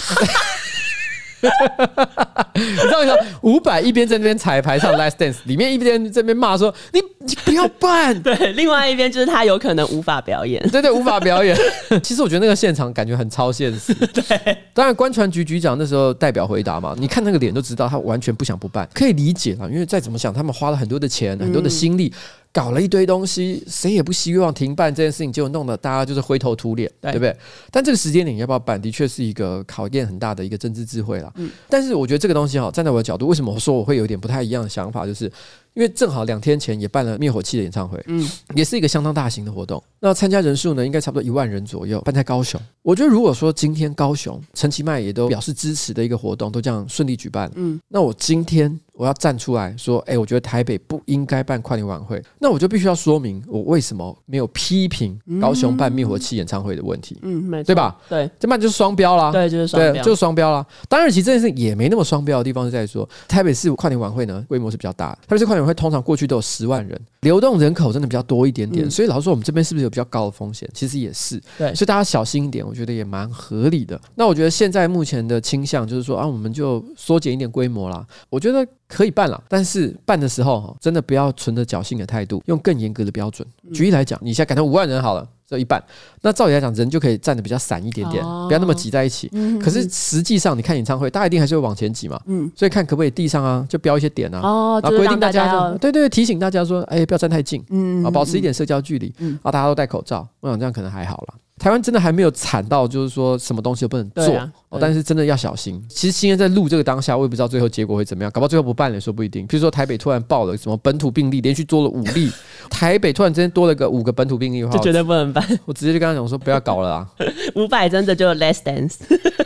Speaker 1: 你知道为什么？伍佰一边在那边彩排唱《Last Dance》，里面一边在那边骂说：“你你不要办
Speaker 2: 嗯！”对，另外一边就是他有可能无法表演，
Speaker 1: 对对，无法表 演。其实我觉得那个现场感觉很超现实。对，当然，官船局局长那时候代表回答
Speaker 2: 嗯
Speaker 1: 嘛，你看那个脸就知道他完全不想不办，可以理解啦，因为再怎么想，他们花了很多的钱，
Speaker 2: 嗯
Speaker 1: 很多的心力。搞了一堆东西，谁也不希望停办这件事情，结果弄得大家就是灰头土脸，
Speaker 2: 对
Speaker 1: 对不对？但这个时间点要不要办，的确是一个考验很大的一个政治智慧啦。
Speaker 2: 嗯
Speaker 1: 但是我觉得这个东西哈，站在我的角度，为什么我说我会有点不太一样的想法，就是因为正好两天前也办了灭火器的演唱会，嗯，也是一个相当大型的活动。那参加人数呢，应该差不多一万人左右，办在高雄。我觉得如果说今天高雄陈其迈也都表示支持的一个活动，都这样顺利举办，嗯，那我今天我要站出来说，哎、我觉得台北不应该办跨年晚会，那我就必须要说明我为什么没有批评高雄办灭火器演唱会的问题，
Speaker 2: 嗯，没错，
Speaker 1: 对？吧？
Speaker 2: 对
Speaker 1: 这办就是双标啦，
Speaker 2: 对，就是双
Speaker 1: 对，
Speaker 2: 标，
Speaker 1: 就是双标啦。当然，其实这件事也没那么双标的地方是在于说，台北市跨年晚会呢规模是比较大的，台北市跨年晚会通常过去都有十万人，流动人口真的比较多一点点，
Speaker 2: 嗯
Speaker 1: 所以老实说，我们这边是不是有比较高的风险？其实也是，
Speaker 2: 对
Speaker 1: 所以大家小心一点，我觉得也蛮合理的。那我觉得现在目前的倾向就是说啊，我们就缩减一点规模啦，我觉得可以办啦，但是办的时候哈，真的不要存着侥幸的态度，用更严格的标准。
Speaker 2: 嗯
Speaker 1: 举例来讲，你现在改成五万人好了。这一半，那照理来讲，人就可以站得比较散一点点，
Speaker 2: 哦
Speaker 1: 不要那么挤在一起。
Speaker 2: 嗯
Speaker 1: 可是实际上，你看演唱会，大家一定还是会往前挤嘛，
Speaker 2: 嗯
Speaker 1: 所以看可不可以地上啊，就标一些点啊，
Speaker 2: 哦，
Speaker 1: 然后
Speaker 2: 就是
Speaker 1: 规
Speaker 2: 让
Speaker 1: 定
Speaker 2: 大
Speaker 1: 家
Speaker 2: 要
Speaker 1: 就对对，提醒大家说，哎，不要站太近
Speaker 2: 嗯
Speaker 1: 啊，保持一点社交距离
Speaker 2: 嗯
Speaker 1: 啊，大家都戴口罩，我想这样可能还好啦。台湾真的还没有惨到，就是说什么东西都不能做
Speaker 2: 对啊，
Speaker 1: 哦
Speaker 2: 对
Speaker 1: 但是真的要小心。其实今天在录这个当下，我也不知道最后结果会怎么样，搞不好最后不办了也说不一定。譬如说台北突然爆了什么本土病例，连续多了五例， 台北突然之间多了个五个本土病例的话，
Speaker 2: 就绝对不能办。
Speaker 1: 我我直接就跟他讲说不要搞了啊
Speaker 2: 五百真的就 less dance，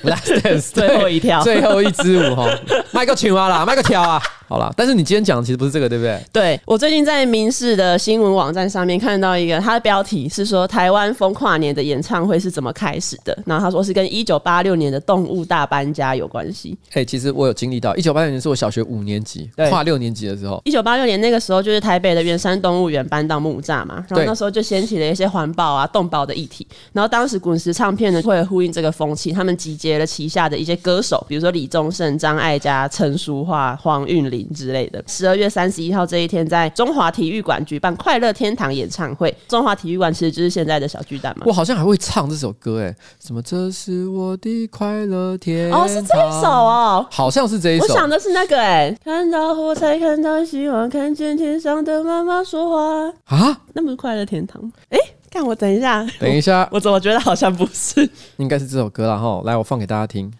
Speaker 1: ，last dance 对
Speaker 2: 最后一跳，
Speaker 1: 最后一支舞哈，卖个青蛙啦，卖个条啊，好啦。但是你今天讲的其实不是这个，对不对？
Speaker 2: 对我最近在民视的新闻网站上面看到一个，它的标题是说台湾风跨年的演唱会是怎么开始的，然后他说是跟一九八六年的动物大搬家有关系。
Speaker 1: 哎、其实我有经历到，一九八六年是我小学五年级
Speaker 2: 对
Speaker 1: 跨六年级的时候，
Speaker 2: 一九八六年那个时候，就是台北的圆山动物园搬到木栅嘛，然后
Speaker 1: 对
Speaker 2: 那时候就掀起了一些环保啊、动保的议题。然后当时滚石唱片呢，为了呼应这个风气，他们集结了旗下的一些歌手，比如说李宗盛、张艾嘉、陈淑桦、黄韵玲之类的。十二月三十一号这一天，在中华体育馆举办快乐天堂演唱会。中华体育馆其实就是现在的小巨蛋嘛
Speaker 1: 我。好像还会唱这首歌、哎，什么？这是我的快乐天堂
Speaker 2: 哦，是这一首，哦。
Speaker 1: 好像是这一
Speaker 2: 我
Speaker 1: 首。
Speaker 2: 想的是那个哎、看到火柴，看到希望，看见天上的妈妈说话。
Speaker 1: 啊，
Speaker 2: 那不是快乐天堂吗？哎、看我等一下，
Speaker 1: 等一下，
Speaker 2: 我怎么觉得好像不是？
Speaker 1: 应该是这首歌了哈，来，我放给大家听。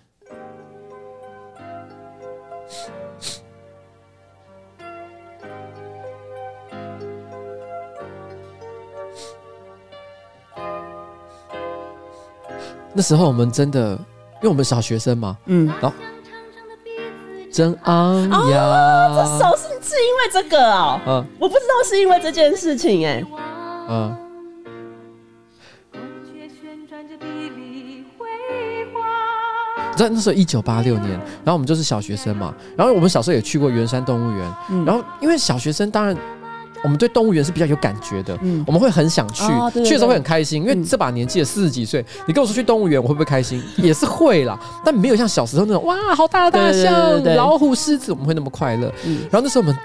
Speaker 1: 那时候我们真的，因为我们小学生嘛，
Speaker 2: 嗯，
Speaker 1: 真昂扬、
Speaker 2: 哦这
Speaker 1: 啊
Speaker 2: 首是是因为这个哦、
Speaker 1: 嗯
Speaker 2: 我不知道是因为这件事情哎、
Speaker 1: 嗯，你知道那时候一九八六年，然后我们就是小学生嘛，然后我们小时候也去过圆山动物园，
Speaker 2: 嗯
Speaker 1: 然后因为小学生当然。我们对动物园是比较有感觉的，
Speaker 2: 嗯
Speaker 1: 我们会很想去，
Speaker 2: 哦对对
Speaker 1: 去的时候
Speaker 2: 对
Speaker 1: 会很开心，因为这把年纪了四十几岁，你跟我说去动物园，我会不会开 心？也是会啦，但没有像小时候那种哇，好大的大
Speaker 2: 对对对
Speaker 1: 象、
Speaker 2: 对对
Speaker 1: 老虎、狮子，我们会那么快乐。
Speaker 2: 嗯
Speaker 1: 然后那时候我们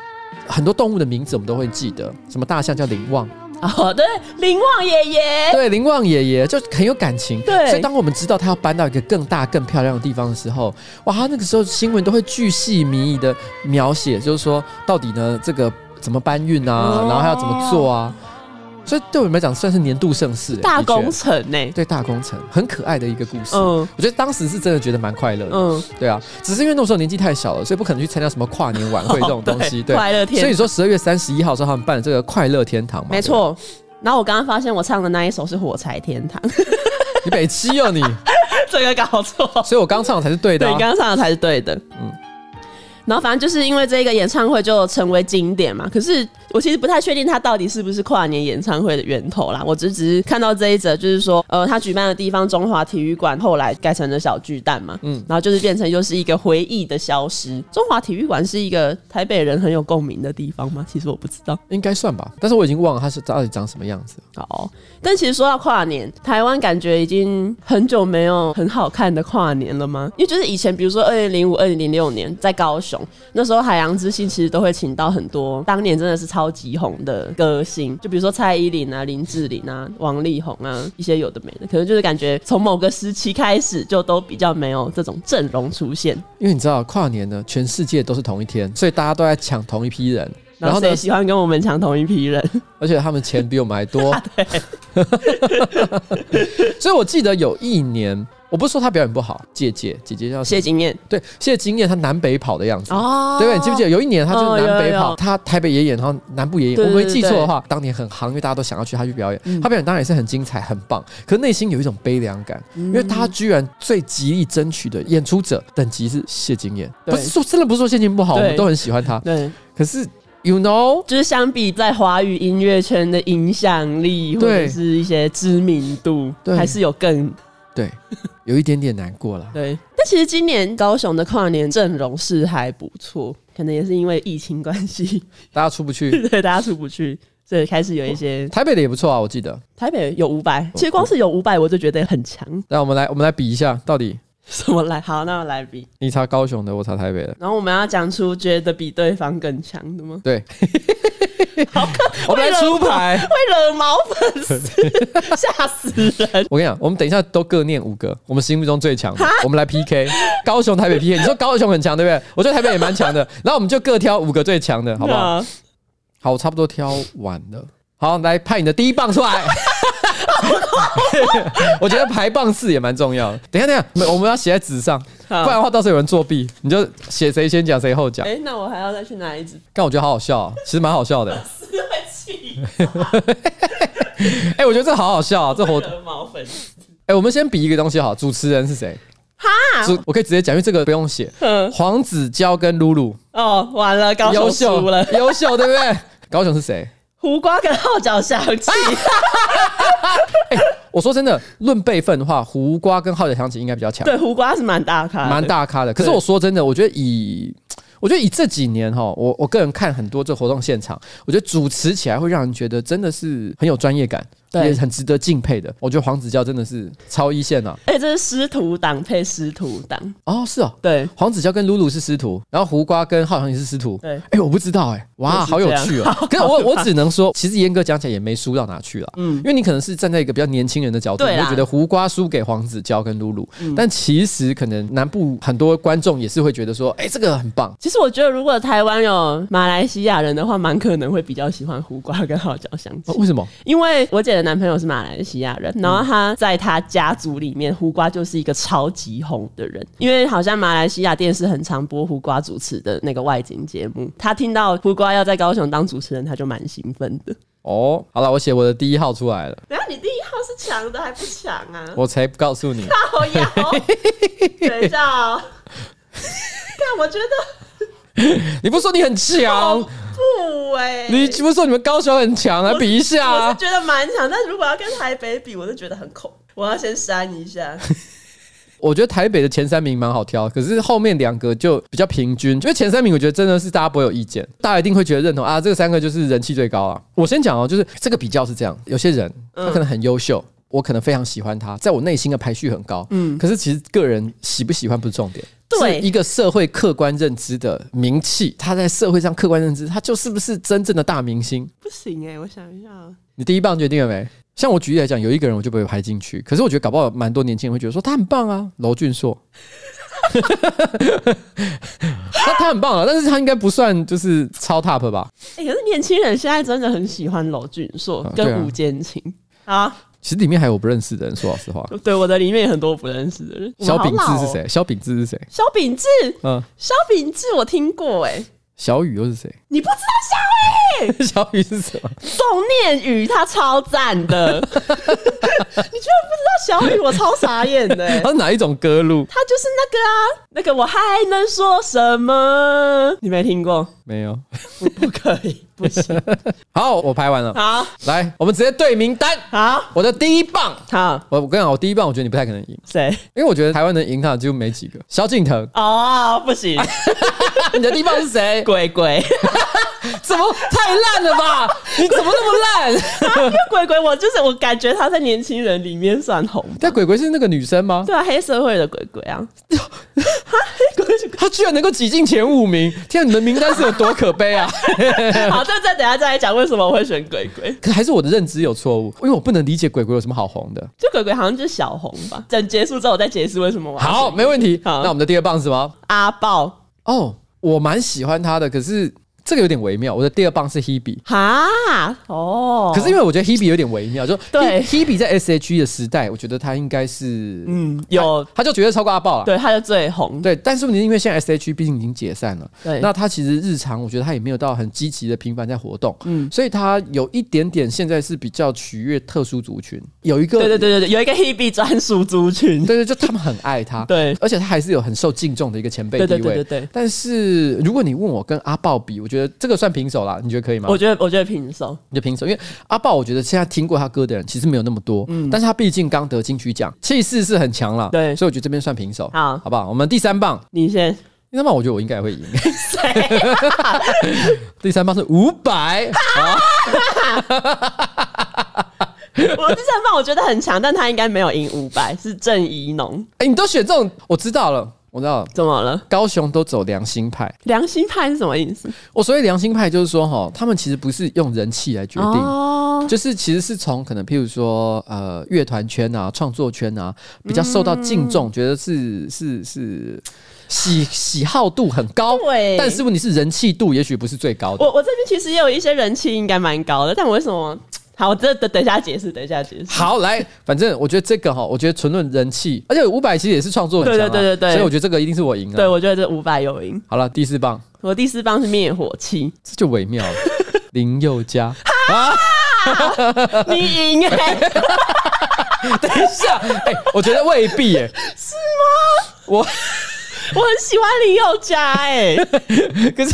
Speaker 1: 很多动物的名字我们都会记得，什么大象叫林旺，
Speaker 2: 哦，对，林旺爷爷，
Speaker 1: 对，林旺爷爷就很有感情。
Speaker 2: 哎对
Speaker 1: 所以当我们知道他要搬到一个更大、更漂亮的地方的时候，哇，他那个时候新闻都会巨细靡遗的描写，就是说到底呢这个怎么搬运啊，
Speaker 2: 哦
Speaker 1: 然后还要怎么做啊。所以对我们来讲算是年度盛事、的
Speaker 2: 大
Speaker 1: 确
Speaker 2: 工程呢、
Speaker 1: 对大工程，很可爱的一个故事。
Speaker 2: 嗯
Speaker 1: 我觉得当时是真的觉得蛮快乐的，
Speaker 2: 嗯，
Speaker 1: 对啊，只是因为那时候年纪太小了，所以不可能去参加什么跨年晚会这种东西，
Speaker 2: 哦
Speaker 1: 对。啊
Speaker 2: 快乐
Speaker 1: 所以
Speaker 2: 天，
Speaker 1: 说十二月三十一号的时候，他们办了这个快乐天堂嘛，
Speaker 2: 没错。然后我刚刚发现我唱的那一首是《火柴天堂》，
Speaker 1: 对不对，你北七哦你，
Speaker 2: 这个搞错。
Speaker 1: 所以我刚唱的才是对的、
Speaker 2: 对，
Speaker 1: 啊
Speaker 2: 你。刚刚唱的才是对的。嗯。然后反正就是因为这个演唱会就成为经典嘛。可是我其实不太确定它到底是不是跨年演唱会的源头啦。我只只是看到这一则，就是说，呃，它举办的地方中华体育馆后来改成了小巨蛋嘛，嗯，然后就是变成又是一个回忆的消失。中华体育馆是一个台北人很有共鸣的地方吗？其实我不知道。
Speaker 1: 应该算吧，但是我已经忘了它是到底长什么样子了。
Speaker 2: 好，但其实说到跨年，台湾感觉已经很久没有很好看的跨年了吗？因为就是以前，比如说二零零五、二零零六年在高雄，那时候海洋之星其实都会请到很多当年真的是超级红的歌星，就比如说蔡依林啊、林志玲啊、王力宏啊，一些有的没的，可能就是感觉从某个时期开始就都比较没有这种阵容出现。
Speaker 1: 因为你知道跨年呢，全世界都是同一天，所以大家都在抢同一批人。然
Speaker 2: 然后
Speaker 1: 后呢
Speaker 2: 谁，喜欢跟我们抢同一批人？
Speaker 1: 而且他们钱比我们还 多。
Speaker 2: 啊
Speaker 1: 所以我记得有一年，我不是说他表演不好，姐姐姐姐叫什么
Speaker 2: 谢金燕
Speaker 1: 对谢金燕，她南北跑的样子。
Speaker 2: 哦
Speaker 1: 对不对？你记不记得有一年她就
Speaker 2: 哦
Speaker 1: 是南北
Speaker 2: 有有
Speaker 1: 跑，
Speaker 2: 有
Speaker 1: 她台北也演，然后南部也演。
Speaker 2: 对
Speaker 1: 我
Speaker 2: 对嗯
Speaker 1: 没记错的话，当年很行，因为大家都想要去她去表演。她表演当然也是很精彩、很棒，可是内心有一种悲凉感，
Speaker 2: 嗯
Speaker 1: 因为她居然最极力争取的演出者等级是谢金燕，
Speaker 2: 对
Speaker 1: 不是说真的不是说谢金燕不好，我
Speaker 2: 对
Speaker 1: 们都很喜欢她，
Speaker 2: 对。
Speaker 1: 可是 you know。
Speaker 2: 就是相比在华语音乐圈的影响力或
Speaker 1: 对
Speaker 2: 者是一些知名度，
Speaker 1: 对
Speaker 2: 还是有更
Speaker 1: 对，有一点点难过了。
Speaker 2: 对。但其实今年高雄的跨年阵容是还不错，可能也是因为疫情关系，
Speaker 1: 大家出不去，
Speaker 2: 对大家出不去，所以开始有一些
Speaker 1: 台北的也不错啊，我记得。
Speaker 2: 台北有五
Speaker 1: 哦
Speaker 2: 百，其实光是有五百我就觉得很强。
Speaker 1: 那我们来，我们来比一下，到底
Speaker 2: 什么来？好，那我来比。
Speaker 1: 你查高雄的，我查台北的。
Speaker 2: 然后我们要讲出觉得比对方更强的吗？
Speaker 1: 对，
Speaker 2: 好可，
Speaker 1: 我们来出牌。
Speaker 2: 会惹毛 粉丝， 吓死人！
Speaker 1: 我跟你讲，我们等一下都各念五个，我们心目中最强的，我们来 PK。高雄、台北 PK，你说高雄很强，对不对？我觉得台北也蛮强的。 然后我们就各挑五个最强的，好不好？
Speaker 2: 那？
Speaker 1: 好，我差不多挑完了。好，来派你的第一棒出来。 我觉得排棒次也蛮重要的。等一下，等一下没有，我们要写在纸上，不
Speaker 2: 好
Speaker 1: 然的话到时候有人作弊，你就写谁先讲谁后讲
Speaker 2: 啊哎、。那我还要再去拿一支
Speaker 1: 但我觉得好好笑、啊，其实蛮好笑 的。
Speaker 2: 对不起，
Speaker 1: 哎、我觉得这好好笑、啊，这活动。
Speaker 2: 惹毛粉丝。
Speaker 1: 哎、我们先比一个东西好，主持人是谁？哈，主我可以直接讲，因为这个不用写。
Speaker 2: 嗯，
Speaker 1: 黄子佼跟露露，
Speaker 2: 哦，完了，高
Speaker 1: 优
Speaker 2: 手
Speaker 1: 秀
Speaker 2: 输了。，
Speaker 1: 优秀，对不对？高雄是谁？
Speaker 2: 胡瓜跟号角响起，
Speaker 1: 啊我说真的，论辈分的话，胡瓜跟浩角响起应该比较强，
Speaker 2: 对，胡瓜是蛮大咖，
Speaker 1: 蛮。大咖的。可是
Speaker 2: 对
Speaker 1: 我说真的，我觉得以我觉得以这几年哈，我我个人看很多这活动现场，我觉得主持起来会让人觉得真的是很有专业感，
Speaker 2: 对
Speaker 1: 也很值得敬佩的。我觉得黄子佼真的是超一线啊！
Speaker 2: 哎、这是师徒党配师徒党，
Speaker 1: 哦，是哦，
Speaker 2: 对，
Speaker 1: 黄子佼跟露露是师徒，然后胡瓜跟浩翔也是师徒。
Speaker 2: 对
Speaker 1: 哎、我不知道哎、哇，
Speaker 2: 就是
Speaker 1: 好有趣哦、 可是我我只能说，其实严格讲起来也没输到哪去了。嗯，因为你可能是站在一个比较年轻人的角度，
Speaker 2: 对
Speaker 1: 你
Speaker 2: 啦嗯
Speaker 1: 会觉得胡瓜输给黄子佼跟露露，但其实可能南部很多观众也是会觉得说，哎、这个很棒。
Speaker 2: 其实我觉得，如果台湾有马来西亚人的话，蛮可能会比较喜欢胡瓜跟号角响起
Speaker 1: 哦、，嗯为什么？
Speaker 2: 因为我姐的男朋友是马来西亚人，然后他在他家族里面，胡瓜就是一个超级红的人，因为好像马来西亚电视很常播胡瓜主持的那个外景节目，他听到胡瓜要在高雄当主持人，他就蛮兴奋的。
Speaker 1: 哦，好了，我写我的第一号出来了，
Speaker 2: 然后你第一号是强的还不强啊？
Speaker 1: 我才不告 诉你。
Speaker 2: 好呀，等一下哦。但我觉得
Speaker 1: 你不是说你很 强，
Speaker 2: 不哎、
Speaker 1: 你不是说你们高雄很强，来
Speaker 2: 哦我
Speaker 1: 比一下
Speaker 2: 我是
Speaker 1: 啊？
Speaker 2: 觉得蛮强，但如果要跟台北比，我就觉得很恐。我要先删一 下。
Speaker 1: 我觉得台北的前三名蛮好挑，可是后面两个就比较平均。因为前三名，我觉得真的是大家不会有意见，大家一定会觉得认同啊，这个三个就是人气最高啊。我先讲哦，就是这个比较是这样，有些人他可能很优秀。我可能非常喜欢他，在我内心的排序很高，嗯，可是其实个人喜不喜欢不是重点，是
Speaker 2: 对
Speaker 1: 一个社会客观认知的名气，他在社会上客观认知，他就是不是真正的大明星？
Speaker 2: 不行哎、我想一下啊。
Speaker 1: 你欸第一棒决定了没？像我举例来讲，有一个人我就不会排进去，可是我觉得搞不好蛮多年轻人会觉得说他很棒啊，娄俊硕。 他他很棒啊，但是他应该不算就是超 top 吧？
Speaker 2: 哎、可是年轻人现在真的很喜欢娄俊硕
Speaker 1: 啊对啊
Speaker 2: 跟吴建琴啊。
Speaker 1: 其实里面还有我不认识的人，说老实话。
Speaker 2: 对，我的里面有很多我不认识的人。
Speaker 1: 萧秉
Speaker 2: 我好
Speaker 1: 志
Speaker 2: 老
Speaker 1: 是
Speaker 2: 哦？
Speaker 1: 谁？萧秉志是谁？
Speaker 2: 萧秉志，
Speaker 1: 嗯，
Speaker 2: 萧秉志我听过哎、
Speaker 1: 小雨又是谁？
Speaker 2: 你不知道
Speaker 1: 小雨是什么？
Speaker 2: 宋念宇他超赞 的，你居然不知道小雨，我超傻眼的、欸
Speaker 1: 它是哪一种歌路？
Speaker 2: 他就是那个啊，那个我还能说什么？你没听过？
Speaker 1: 没有。
Speaker 2: 不，不可以，不 行。
Speaker 1: 好，我排完了。
Speaker 2: 好，
Speaker 1: 来，我们直接对名单。
Speaker 2: 好，
Speaker 1: 我的第一棒，
Speaker 2: 好，
Speaker 1: 我我跟你讲，我第一棒，我觉得你不太可能赢，
Speaker 2: 谁？，
Speaker 1: 因为我觉得台湾能赢他的几乎没几个。萧敬腾
Speaker 2: 哦，不行，
Speaker 1: 你的第一棒是谁？
Speaker 2: 鬼鬼，
Speaker 1: 怎么太烂了 吧？你怎么那么烂？
Speaker 2: 鬼鬼，我就是我感觉他在年轻人里面算红。
Speaker 1: 但鬼鬼是那个女生吗？
Speaker 2: 对啊，黑社会的鬼鬼啊，鬼鬼
Speaker 1: 她居然能够挤进前五名，天、啊，你的名单是有多可 悲啊！
Speaker 2: 好，这这等一下再来讲为什么我会选鬼鬼。
Speaker 1: 可还是我的认知有错误，因为我不能理解鬼鬼有什么好红的。
Speaker 2: 就鬼鬼好像就是小红吧。等结束之后，我再解释为什么我要
Speaker 1: 好，
Speaker 2: 选
Speaker 1: 没问题。
Speaker 2: 好
Speaker 1: 那我们的第二棒是什么？
Speaker 2: 阿豹
Speaker 1: 哦，我蛮喜欢他的，可是这个有点微妙。我的第二棒是 Hebe，
Speaker 2: 哈哦，
Speaker 1: 可是因为我觉得 Hebe 有点微妙，就
Speaker 2: 对
Speaker 1: He- Hebe 在 S H E 的时代，我觉得他应该是
Speaker 2: 嗯有
Speaker 1: 他就绝对超过阿豹了。
Speaker 2: 对，他就最红，
Speaker 1: 对，但是问题是因为现在 S H E 毕竟已经解散了，
Speaker 2: 对
Speaker 1: 那他其实日常我觉得他也没有到很积极的频繁在活动，嗯，所以他有一点点现在是比较取悦特殊族群，有一个嗯
Speaker 2: 对对对对对，有一个 Hebe 专属族群，
Speaker 1: 对对，就他们很爱他，
Speaker 2: 对
Speaker 1: 而且他还是有很受敬重的一个前辈地位。
Speaker 2: 对对对对对
Speaker 1: 但是如果你问我跟阿豹比，我觉得这个算平手啦，你觉得可以吗？
Speaker 2: 我觉得我觉得平手，
Speaker 1: 你就平手，因为阿豹，我觉得现在听过他歌的人其实没有那么多，但是他毕竟刚得金曲奖，气势是很强了，
Speaker 2: 嗯对
Speaker 1: 所以我觉得这边算平手，
Speaker 2: 好
Speaker 1: 好不好？我们第三棒，
Speaker 2: 你先
Speaker 1: 第三棒，我觉得我应该也会赢。
Speaker 2: 谁？啊
Speaker 1: 第三棒是五百，
Speaker 2: 我第三棒我觉得很强，但他应该没有赢五百，是郑怡农，
Speaker 1: 哎，你都选这种，我知道了，我知道了。
Speaker 2: 怎么了？
Speaker 1: 高雄都走良心派，
Speaker 2: 良心派是什么意思？
Speaker 1: 我所谓良心派就是说，哈，他们其实不是用人气来决定，
Speaker 2: 哦，
Speaker 1: 就是其实是从可能譬如说呃乐团圈啊、创作圈啊比较受到敬
Speaker 2: 嗯
Speaker 1: 重，觉得是是是喜喜好度很高，
Speaker 2: 对
Speaker 1: 但是问题是人气度也许不是最高的。
Speaker 2: 我我这边其实也有一些人气应该蛮高的，但我为什么？好，我这等等一下解释，等一下解释。
Speaker 1: 好，来，反正我觉得这个哈，我觉得纯论人气，而且五百其实也是创作很强、啊，
Speaker 2: 对对对对对
Speaker 1: 所以我觉得这个一定是我赢了。
Speaker 2: 对，我觉得这五百有赢。
Speaker 1: 好了，第四棒，
Speaker 2: 我第四棒是灭 火器，
Speaker 1: 这就微 妙了。林宥嘉，
Speaker 2: 你赢哎、
Speaker 1: 等一下，哎、我觉得未必、哎，是吗？我
Speaker 2: 我很喜欢林宥嘉哎、
Speaker 1: 可是，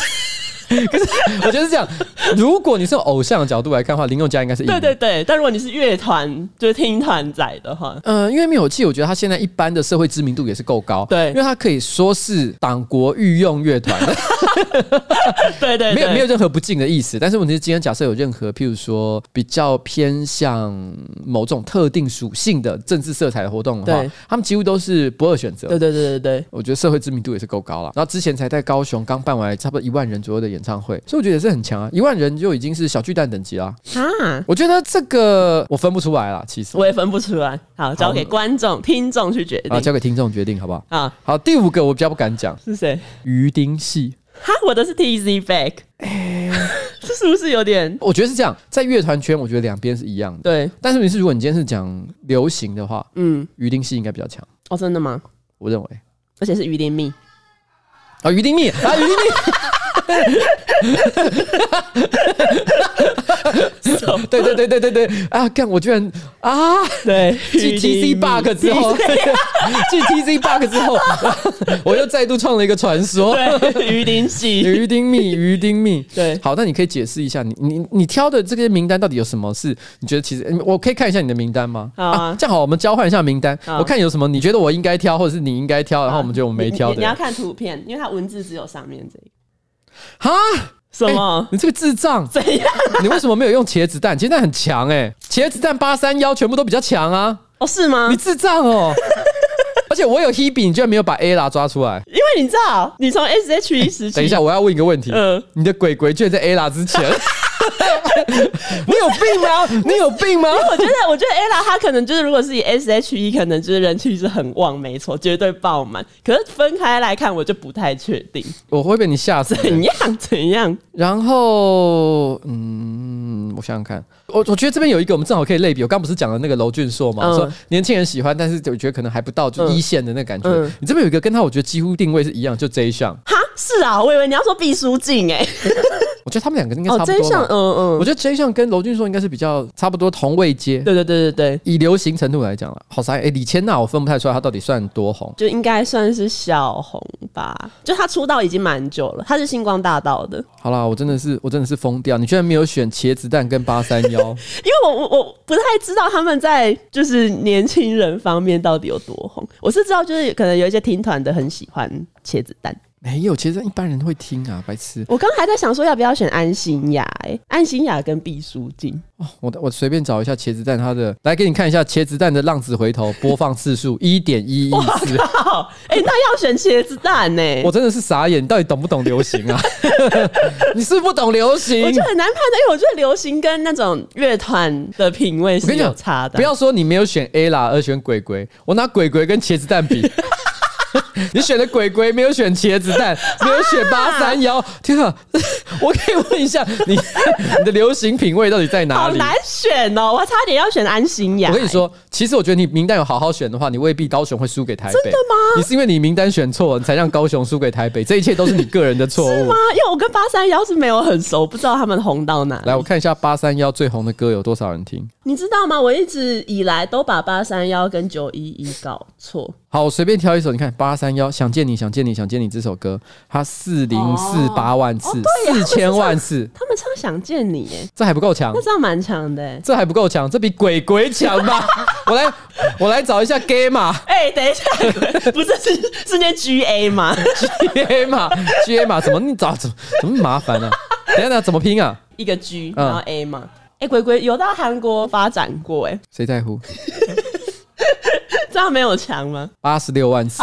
Speaker 1: 可是，我觉得是这样。如果你是用偶像的角度来看的话，林宥嘉应该是赢
Speaker 2: 对对。对，但如果你是乐团，就是听团仔 的话，
Speaker 1: 呃，因为灭火器，我觉得他现在一般的社会知名度也是够高，
Speaker 2: 对
Speaker 1: 因为他可以说是党国御用乐团，
Speaker 2: 对对对，
Speaker 1: 没有没有任何不敬的意思。但是问题是，今天假设有任何，譬如说比较偏向某种特定属性的政治色彩的活动的话
Speaker 2: 对，
Speaker 1: 他们几乎都是不二选择，
Speaker 2: 对对对对对，
Speaker 1: 我觉得社会知名度也是够高了。然后之前才在高雄刚办完差不多一万人左右的演唱会，所以我觉得也是很强啊，一万人就已经是小巨蛋等级啦。
Speaker 2: 啊，
Speaker 1: 我觉得这个我分不出来啦，其实
Speaker 2: 我也分不出来。好，交给观众、听众去决
Speaker 1: 啊，
Speaker 2: 定
Speaker 1: 交给听众决定好不好？
Speaker 2: 啊。
Speaker 1: 好，第五个我比较不敢讲，
Speaker 2: 是谁？
Speaker 1: 鱼丁戏。
Speaker 2: 哈，我的是 T Z Back，这
Speaker 1: 哎
Speaker 2: 是不是有点
Speaker 1: 我觉得是这样，在乐团圈，我觉得两边是一样的。
Speaker 2: 对？
Speaker 1: 但是你是，如果你今天是讲流行的话，
Speaker 2: 嗯，
Speaker 1: 鱼丁戏应该比较强，
Speaker 2: 哦，真的吗？
Speaker 1: 我认为。
Speaker 2: 而且是鱼鳞蜜，
Speaker 1: 啊，鱼丁蜜啊，鱼丁蜜， 对对对对对对啊！干，我居然啊，
Speaker 2: 对，
Speaker 1: 继 T C bug 之后， 继 T C bug 之后， 我又再度创了一个传说。
Speaker 2: 对，鱼鳞系，
Speaker 1: 鱼丁 蜜，鱼丁蜜，
Speaker 2: 对
Speaker 1: 好，那你可以解释一下，你你你挑的这些名单到底有什么是你觉得其实，嗯我可以看一下你的名单吗？
Speaker 2: 好啊
Speaker 1: 这样好，我们交换一下名单，
Speaker 2: 好
Speaker 1: 我看有什么你觉得我应该挑，或者是你应该挑，然后我们觉得我没挑
Speaker 2: 你你
Speaker 1: 的
Speaker 2: 要。看图片，因为它文字只有上面这一个。
Speaker 1: 哈，
Speaker 2: 什
Speaker 1: 哎
Speaker 2: 么？
Speaker 1: 你这个智障，
Speaker 2: 怎样？
Speaker 1: 你为什么没有用茄子蛋？茄子蛋很强哎，茄子蛋八三幺全部都比较强啊，
Speaker 2: 哦，是吗
Speaker 1: 你？智障哦。而且我有 Hebe，你居然没有把 A 拉抓出来。
Speaker 2: 因为你知道，你从 S H E 时期，
Speaker 1: 等一下，，我要问一个问题，
Speaker 2: 嗯
Speaker 1: 你的鬼鬼居然在 A 拉之前。 你有病吗？你有病吗？
Speaker 2: 我觉得，我觉得 ella 她可能就是，如果是以 S H E，可能就是人气是很旺，没错，绝对爆满。可是分开来看，我就不太确定，
Speaker 1: 我会被你吓死。
Speaker 2: 怎样怎样？
Speaker 1: 然后，嗯，我想想看，我我觉得这边有一个我们正好可以类比。我刚不是讲了那个娄俊硕嘛，
Speaker 2: 嗯
Speaker 1: 说年轻人喜欢，但是我觉得可能还不到就
Speaker 2: 嗯
Speaker 1: 一线的那感觉。
Speaker 2: 嗯
Speaker 1: 你这边有一个跟他，我觉得几乎定位是一样，就这一项。
Speaker 2: 哈，是啊，我以为你要说毕书尽哎、
Speaker 1: 我我觉得他们两个应该
Speaker 2: 哦
Speaker 1: 欸差不
Speaker 2: 真
Speaker 1: 多
Speaker 2: 相，
Speaker 1: 吧。
Speaker 2: 嗯嗯，
Speaker 1: 我觉得 J 项跟娄俊硕应该是比较差不多同位阶。
Speaker 2: 对对对对对，
Speaker 1: 以流行程度来讲了，好傻眼。哎、李千娜我分不太出来她到底算多红。
Speaker 2: 就应该算是小红吧。就他出道已经蛮久了，他是星光大道的，
Speaker 1: 好啦，我真的是我真的是疯掉，你居然没有选茄子蛋跟八三幺，
Speaker 2: 因为我我我不太知道他们在就是年轻人方面到底有多红。我是知道，就是可能有一些听团的很喜欢茄子蛋。
Speaker 1: 没有茄子蛋一般人会听啊，白痴。
Speaker 2: 我刚还在想说要不要选安心雅、欸，安心雅跟毕书尽，
Speaker 1: 我我随便找一下茄子蛋，它的来给你看一下茄子蛋的《浪子回头》播放次数 一点一亿次，
Speaker 2: 好，哎、那要选茄子蛋欸呢、
Speaker 1: 我真的是傻眼，你到底懂不懂流行 啊？你是不是不懂流行，
Speaker 2: 我就很难判断，因为我觉得流行跟那种乐团的品味是有差的。
Speaker 1: 不要说你没有选 A 啦，而选鬼鬼，我拿鬼鬼跟茄子蛋 比。你选的鬼鬼没有选茄子 蛋，没有选八三幺，天啊！ 我可以问一下你，你的流行品味到底在哪
Speaker 2: 好
Speaker 1: 里？
Speaker 2: 难选哦，我差点要选安心雅。
Speaker 1: 我跟你，说，其实我觉得你名单有好好选的话，你未必高雄会输给台北。真的吗？你是因为你名单选错，你才让高雄输给台北，这一切都是你个人的错
Speaker 2: 是
Speaker 1: 误
Speaker 2: 吗。？因为我跟八三幺是没有很熟，不知道他们红到哪。
Speaker 1: 来，我看一下八三幺最红的歌有多少人听。
Speaker 2: 你知道吗？我一直以来都把八三幺跟九一一搞错。
Speaker 1: 好，我随便挑一首，你看八三幺，想见你，想见你，想见你这首歌，它四零四八万次，四千、万次，
Speaker 2: 他们唱《想见你》耶，
Speaker 1: 这还不够强
Speaker 2: 那，这样蛮强的欸耶。
Speaker 1: 这还不够强，这比鬼鬼强吧？我来，我来找一下 gay 嘛
Speaker 2: 哎、等一下， 不是是是念 G A 吗？
Speaker 1: ，gay 嘛，gay 嘛，怎么你找怎么怎么那么麻烦呢、啊？等一下，等一下怎么拼啊？
Speaker 2: 一个 G，
Speaker 1: 嗯
Speaker 2: 然后 A 嘛。哎、鬼鬼有到韩国发展过，哎，
Speaker 1: 谁在乎？
Speaker 2: 这样没有强吗？
Speaker 1: 八十六万次。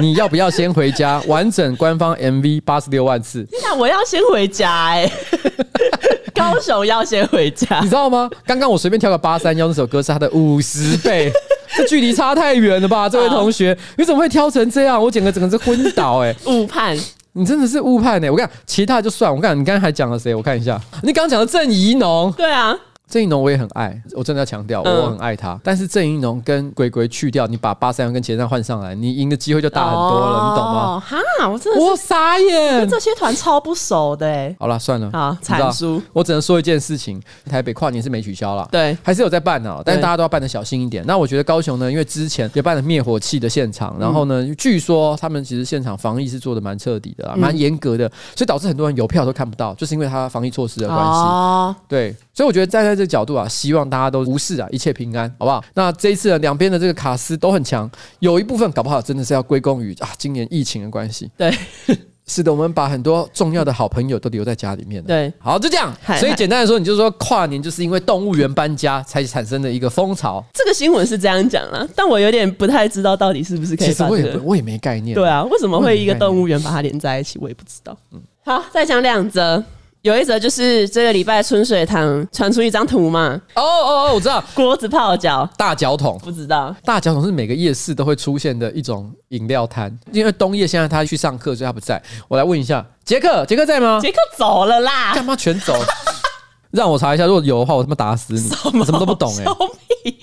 Speaker 1: 你要不要先回家？完整官方 MV 八十六万次，
Speaker 2: 那我要先回家哎、 高雄要先回家
Speaker 1: 你。知道吗？刚刚我随便挑个八三幺那首歌是它的五十 倍，这距离差太远了吧？这位同学，你怎么会挑成这样？我整个整个是昏倒哎、
Speaker 2: 误判
Speaker 1: 你真的是误判哎、我跟你讲，其他的就算。我跟你讲，你刚才还讲了谁？我看一下，你刚刚讲的郑怡农，
Speaker 2: 对啊，
Speaker 1: 郑怡农我也很爱，我真的要强调，
Speaker 2: 嗯
Speaker 1: 我很爱他。但是郑怡农跟鬼鬼去掉，你把八三幺跟钱上换上来，你赢的机会就大很多了，你懂吗？
Speaker 2: 哦？哈，我真的
Speaker 1: 我傻眼
Speaker 2: 是，这些团超不熟的哎、
Speaker 1: 好了，算了，
Speaker 2: 好
Speaker 1: 你知道
Speaker 2: 阐述。
Speaker 1: 我只能说一件事情：台北跨年是没取消了，
Speaker 2: 对
Speaker 1: 还是有在办呢、但是
Speaker 2: 对
Speaker 1: 大家都要办的小心一点。那我觉得高雄呢，因为之前也办了灭火器的现场，然后
Speaker 2: 嗯
Speaker 1: 呢，据说他们其实现场防疫是做的蛮彻底的啦，蛮严格的，所以导致很多人邮票都看不到，就是因为他防疫措施的关系。
Speaker 2: 哦，
Speaker 1: 对，所以我觉得站在这个角度啊，希望大家都无事啊，一切平安，好不好？那这一次呢，两边的这个卡司都很强，有一部分搞不好真的是要归功于啊，今年疫情的关系。
Speaker 2: 对
Speaker 1: 是的，我们把很多重要的好朋友都留在家里面了。
Speaker 2: 对，
Speaker 1: 好，就这样
Speaker 2: 嗨。
Speaker 1: 所以
Speaker 2: 嗨
Speaker 1: 简单来说，你就说跨年就是因为动物园搬家才产生的一个风潮。
Speaker 2: 这个新闻是这样讲啦，但我有点不太知道到底是不是可
Speaker 1: 其
Speaker 2: 以
Speaker 1: 实
Speaker 2: 把
Speaker 1: 我
Speaker 2: 这
Speaker 1: 也
Speaker 2: 个
Speaker 1: 不。我也没概念。嗯
Speaker 2: 对，啊，为什么会一个动物园把它连在一起？我也不知道。好，再讲两则。有一则就是这个礼拜春水堂传出一张图嘛，
Speaker 1: 哦哦哦，我知道，
Speaker 2: 锅子泡脚，
Speaker 1: 大脚桶。
Speaker 2: 不知道
Speaker 1: 大脚桶是每个夜市都会出现的一种饮料摊，因为冬夜现在他去上课，所以他不在。我来问一下，杰克，杰克在吗？
Speaker 2: 杰克走了啦，
Speaker 1: 干嘛全走？ 让我查一下，如果有的话，我他妈打死你！我什么都不懂哎、欸
Speaker 2: 小米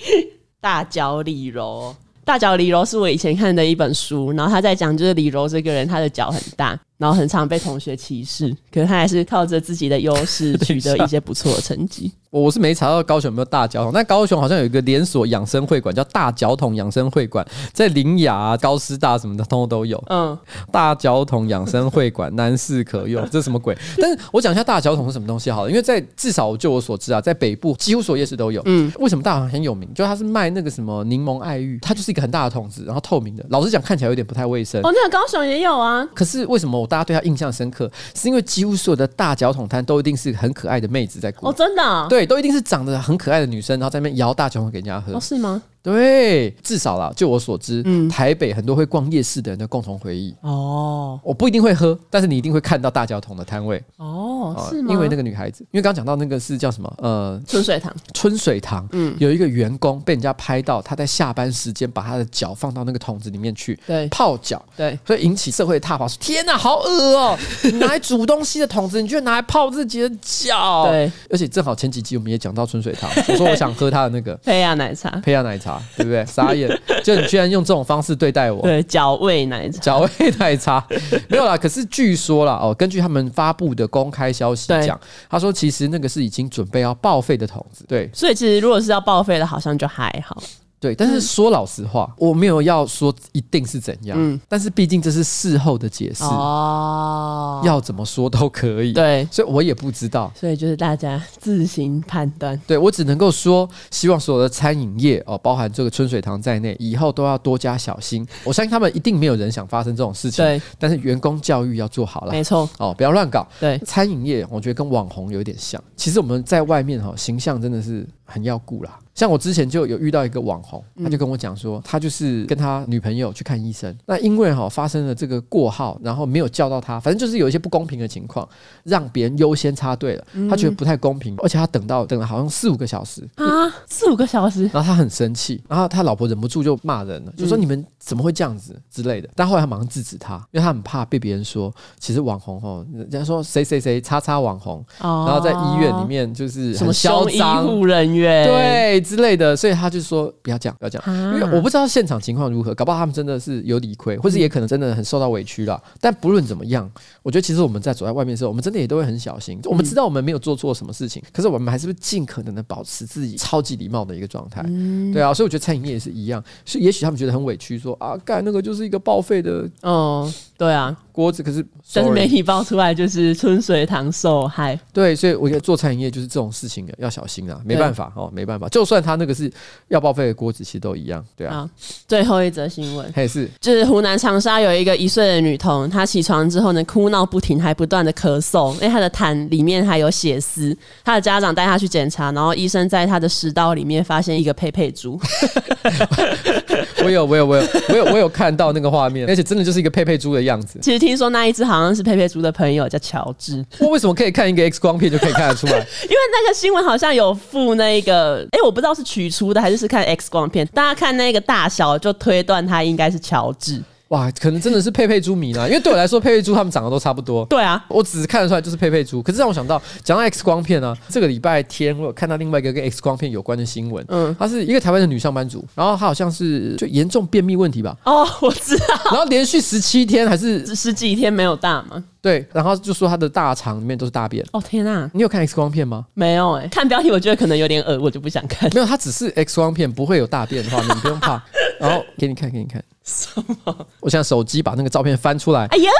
Speaker 2: 大脚李柔，大脚李柔是我以前看的一本书，然后他在讲就是李柔这个人，他的脚很大，然后很常被同学歧视，可是他还是靠着自己的优势取得一些不错的成绩。
Speaker 1: 我我是没查到高雄有没有大脚桶，但高雄好像有一个连锁养生会馆叫大脚桶养生会馆，在林雅、啊、高师大什么的通通都有。
Speaker 2: 嗯，
Speaker 1: 大脚桶养生会馆，难事可用，这是什么鬼？但是我讲一下大脚桶是什么东西好了，因为在至少就我所知啊，在北部几乎所有夜市都有。嗯，为什么大脚桶很有名？就它是卖那个什么柠檬爱玉，它就是一个很大的桶子，然后透明的。老实讲，看起来有点不太卫生。
Speaker 2: 哦，那个高雄也有啊，
Speaker 1: 可是为什么我大家对它印象深刻？是因为几乎所有的大脚桶摊都一定是很可爱的妹子在顾，
Speaker 2: 哦，真的、啊，
Speaker 1: 对，都一定是长得很可爱的女生，然后在那边摇大脚桶给人家喝。
Speaker 2: 哦，是吗？
Speaker 1: 对，至少啦，就我所知，台北很多会逛夜市的人的共同回忆。
Speaker 2: 哦，
Speaker 1: 我不一定会喝，但是你一定会看到大脚桶的摊位
Speaker 2: 哦，
Speaker 1: 啊
Speaker 2: 是吗？
Speaker 1: 因为那个女孩子，因为刚刚讲到那个是叫什么？呃，
Speaker 2: 春水 堂，
Speaker 1: 春水堂，
Speaker 2: 嗯
Speaker 1: 有一个员工被人家拍到，他在下班时间把他的脚放到那个桶子里面去
Speaker 2: 对
Speaker 1: 泡脚，
Speaker 2: 对，
Speaker 1: 所以引起社会的挞伐，说天哪，好恶哦、 你拿来煮东西的桶子，你居然拿来泡自己的脚。
Speaker 2: 对，
Speaker 1: 而且正好前几集我们也讲到春水堂，我说我想喝他的那个
Speaker 2: 啊佩亚奶茶，
Speaker 1: 胚芽奶茶，茶，对不对？傻眼，就你居然用这种方式对待 我。
Speaker 2: 对，脚味奶茶，
Speaker 1: 脚味太差，没有啦。可是据说啦，哦，根据他们发布的公开消息
Speaker 2: 对
Speaker 1: 讲，他说其实那个是已经准备要报废的桶子。对
Speaker 2: 所以其实如果是要报废的，好像就还好。
Speaker 1: 对，但
Speaker 2: 嗯
Speaker 1: 是说老实话，我没有要说一定是怎样，
Speaker 2: 嗯
Speaker 1: 但是毕竟这是事后的解释，
Speaker 2: 哦，
Speaker 1: 要怎么说都可以。，
Speaker 2: 对，
Speaker 1: 所以我也不知道。
Speaker 2: 所以就是大家自行判断。
Speaker 1: 对我只能够说，希望所有的餐饮业哦，包含这个春水堂在内，以后都要多加小心。我相信他们一定没有人想发生这种事情，
Speaker 2: 对，
Speaker 1: 但是员工教育要做好了
Speaker 2: 没错，
Speaker 1: 哦，不要乱搞。
Speaker 2: 对，
Speaker 1: 餐饮业，我觉得跟网红有点像。其实我们在外面哈、形象真的是很要顾啦。像我之前就有遇到一个网红，他就跟我讲说，他就是跟他女朋友去看医生，那因为哈、发生了这个过号，然后没有叫到他，反正就是有一些不公平的情况，让别人优先插队了，他觉得不太公平，而且他等到等了好像四五个小时。
Speaker 2: 啊，四五个小时，
Speaker 1: 然后他很生气，然后他老婆忍不住就骂人了，就说你们怎么会这样子之类的。但后来他马上制止他，因为他很怕被别人说，其实网红哦，人家说谁谁谁叉叉网红，
Speaker 2: 哦
Speaker 1: 然后在医院里面就是
Speaker 2: 什
Speaker 1: 很
Speaker 2: 么
Speaker 1: 嚣
Speaker 2: 凶医
Speaker 1: 张，
Speaker 2: 护人员，
Speaker 1: 对之类的，所以他就说不要讲，不要讲。
Speaker 2: 啊，
Speaker 1: 因为我不知道现场情况如何，搞不好他们真的是有理亏，或是也可能真的很受到委屈了。但不论怎么样，我觉得其实我们在走在外面的时候，我们真的也都会很小心。我们知道我们没有做错什么事情，可是我们还是会尽可能的保持自己超级礼貌的一个状态。
Speaker 2: 嗯
Speaker 1: 对啊，所以我觉得餐饮业也是一样，是也许他们觉得很委屈，说啊，干那个就是一个报废的
Speaker 2: 哦，对啊，
Speaker 1: 锅子，可是
Speaker 2: 但是
Speaker 1: sorry
Speaker 2: 媒体爆出来就是春水堂受害，
Speaker 1: 对，所以我觉得做餐饮业就是这种事情要小心啊，没办法哦，没办法。就算他那个是要报废的锅子，其实都一样，对啊，
Speaker 2: 好，最后一则新闻。
Speaker 1: 他也是
Speaker 2: 就是湖南长沙有一个一岁的女童，她起床之后呢，哭闹不停，还不断的咳嗽，因为她的痰里面还有血丝。她的家长带她去检查，然后医生在她的食道里面发现一个佩佩猪，
Speaker 1: 我有我有我有我有我有看到那个画面，而且真的就是一个佩佩猪的样子。
Speaker 2: 其实听说那一只好像是佩佩猪的朋友叫乔治，因
Speaker 1: 我为什么可以看一个 X 光片就可以看得出来？
Speaker 2: 为那个新闻好像有附那个，哎、我不知道是取出的还是是看 X 光片，大家看那个大小就推断它应该是乔治。
Speaker 1: 哇，可能真的是佩佩猪迷啦，因为对我来说，佩佩猪他们长得都差不多。
Speaker 2: 对啊，
Speaker 1: 我只是看得出来就是佩佩猪，可是让我想到讲到 X 光片啊，这个礼拜天我有看到另外一个跟 X 光片有关的新闻，嗯，她是一个台湾的女上班族，然后她好像是就严重便秘问题吧，
Speaker 2: 哦，我知道，
Speaker 1: 然后连续十七天还是
Speaker 2: 只十几天没有大嘛。
Speaker 1: 对，然后就说他的大肠里面都是大便。
Speaker 2: 哦天啊，
Speaker 1: 你有看 X 光片吗？
Speaker 2: 没有哎、看标题我觉得可能有点恶，我就不想看。
Speaker 1: 没有，它只是 X 光片，不会有大便的画面，你不用怕。然后给你看，给你看。
Speaker 2: 什么？
Speaker 1: 我想手机把那个照片翻出来，
Speaker 2: 哎呀！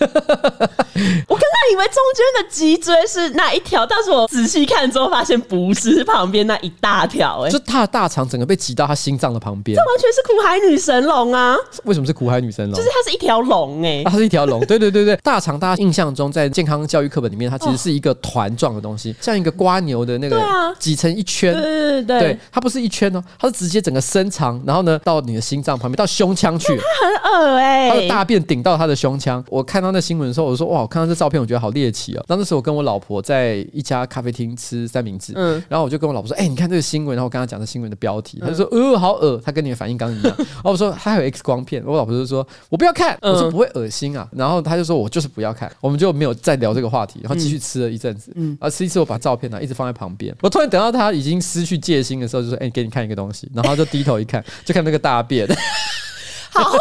Speaker 1: 哦
Speaker 2: 我刚刚以为中间的脊椎是那一条，但是我仔细看之后发现不是，是旁边那一大条、哎，
Speaker 1: 就他的大肠整个被挤到他心脏的旁边。
Speaker 2: 完全是苦海女神龙啊！
Speaker 1: 为什么是苦海女神龙
Speaker 2: 就是？它是一条龙哎
Speaker 1: 哦啊，它是一条龙，对对对对，大肠大家印象中在健康教育课本里面，它其实是一个团状的东西，像一个瓜牛的那个
Speaker 2: 哦对啊
Speaker 1: 挤成一圈，
Speaker 2: 对对对
Speaker 1: 对
Speaker 2: 对，，
Speaker 1: 它不是一圈哦，它是直接整个伸长，然后呢到你的心脏旁边，到胸腔去。
Speaker 2: 很恶哎、
Speaker 1: 他的大便顶到他的胸腔。我看到那新闻的时候，我说哇，我看到这照片，我觉得好猎奇哦。然后那时候我跟我老婆在一家咖啡厅吃三明治，
Speaker 2: 嗯
Speaker 1: 然后我就跟我老婆说，哎、你看这个新闻，然后我跟她讲这新闻的标题，她就说，呃，好恶，她跟你的反应刚一样。然后我说还有 X 光片，我老婆就说我不要看，
Speaker 2: 嗯
Speaker 1: 我说不会恶心啊。然后她就说我就是不要看，我们就没有再聊这个话题，然后继续吃了一阵子，嗯，然后吃一次我把照片呢、一直放在旁边，我突然等到她已经失去戒心的时候，就说，哎、给你看一个东西，然后她就低头一看，就看那个大便。
Speaker 2: 好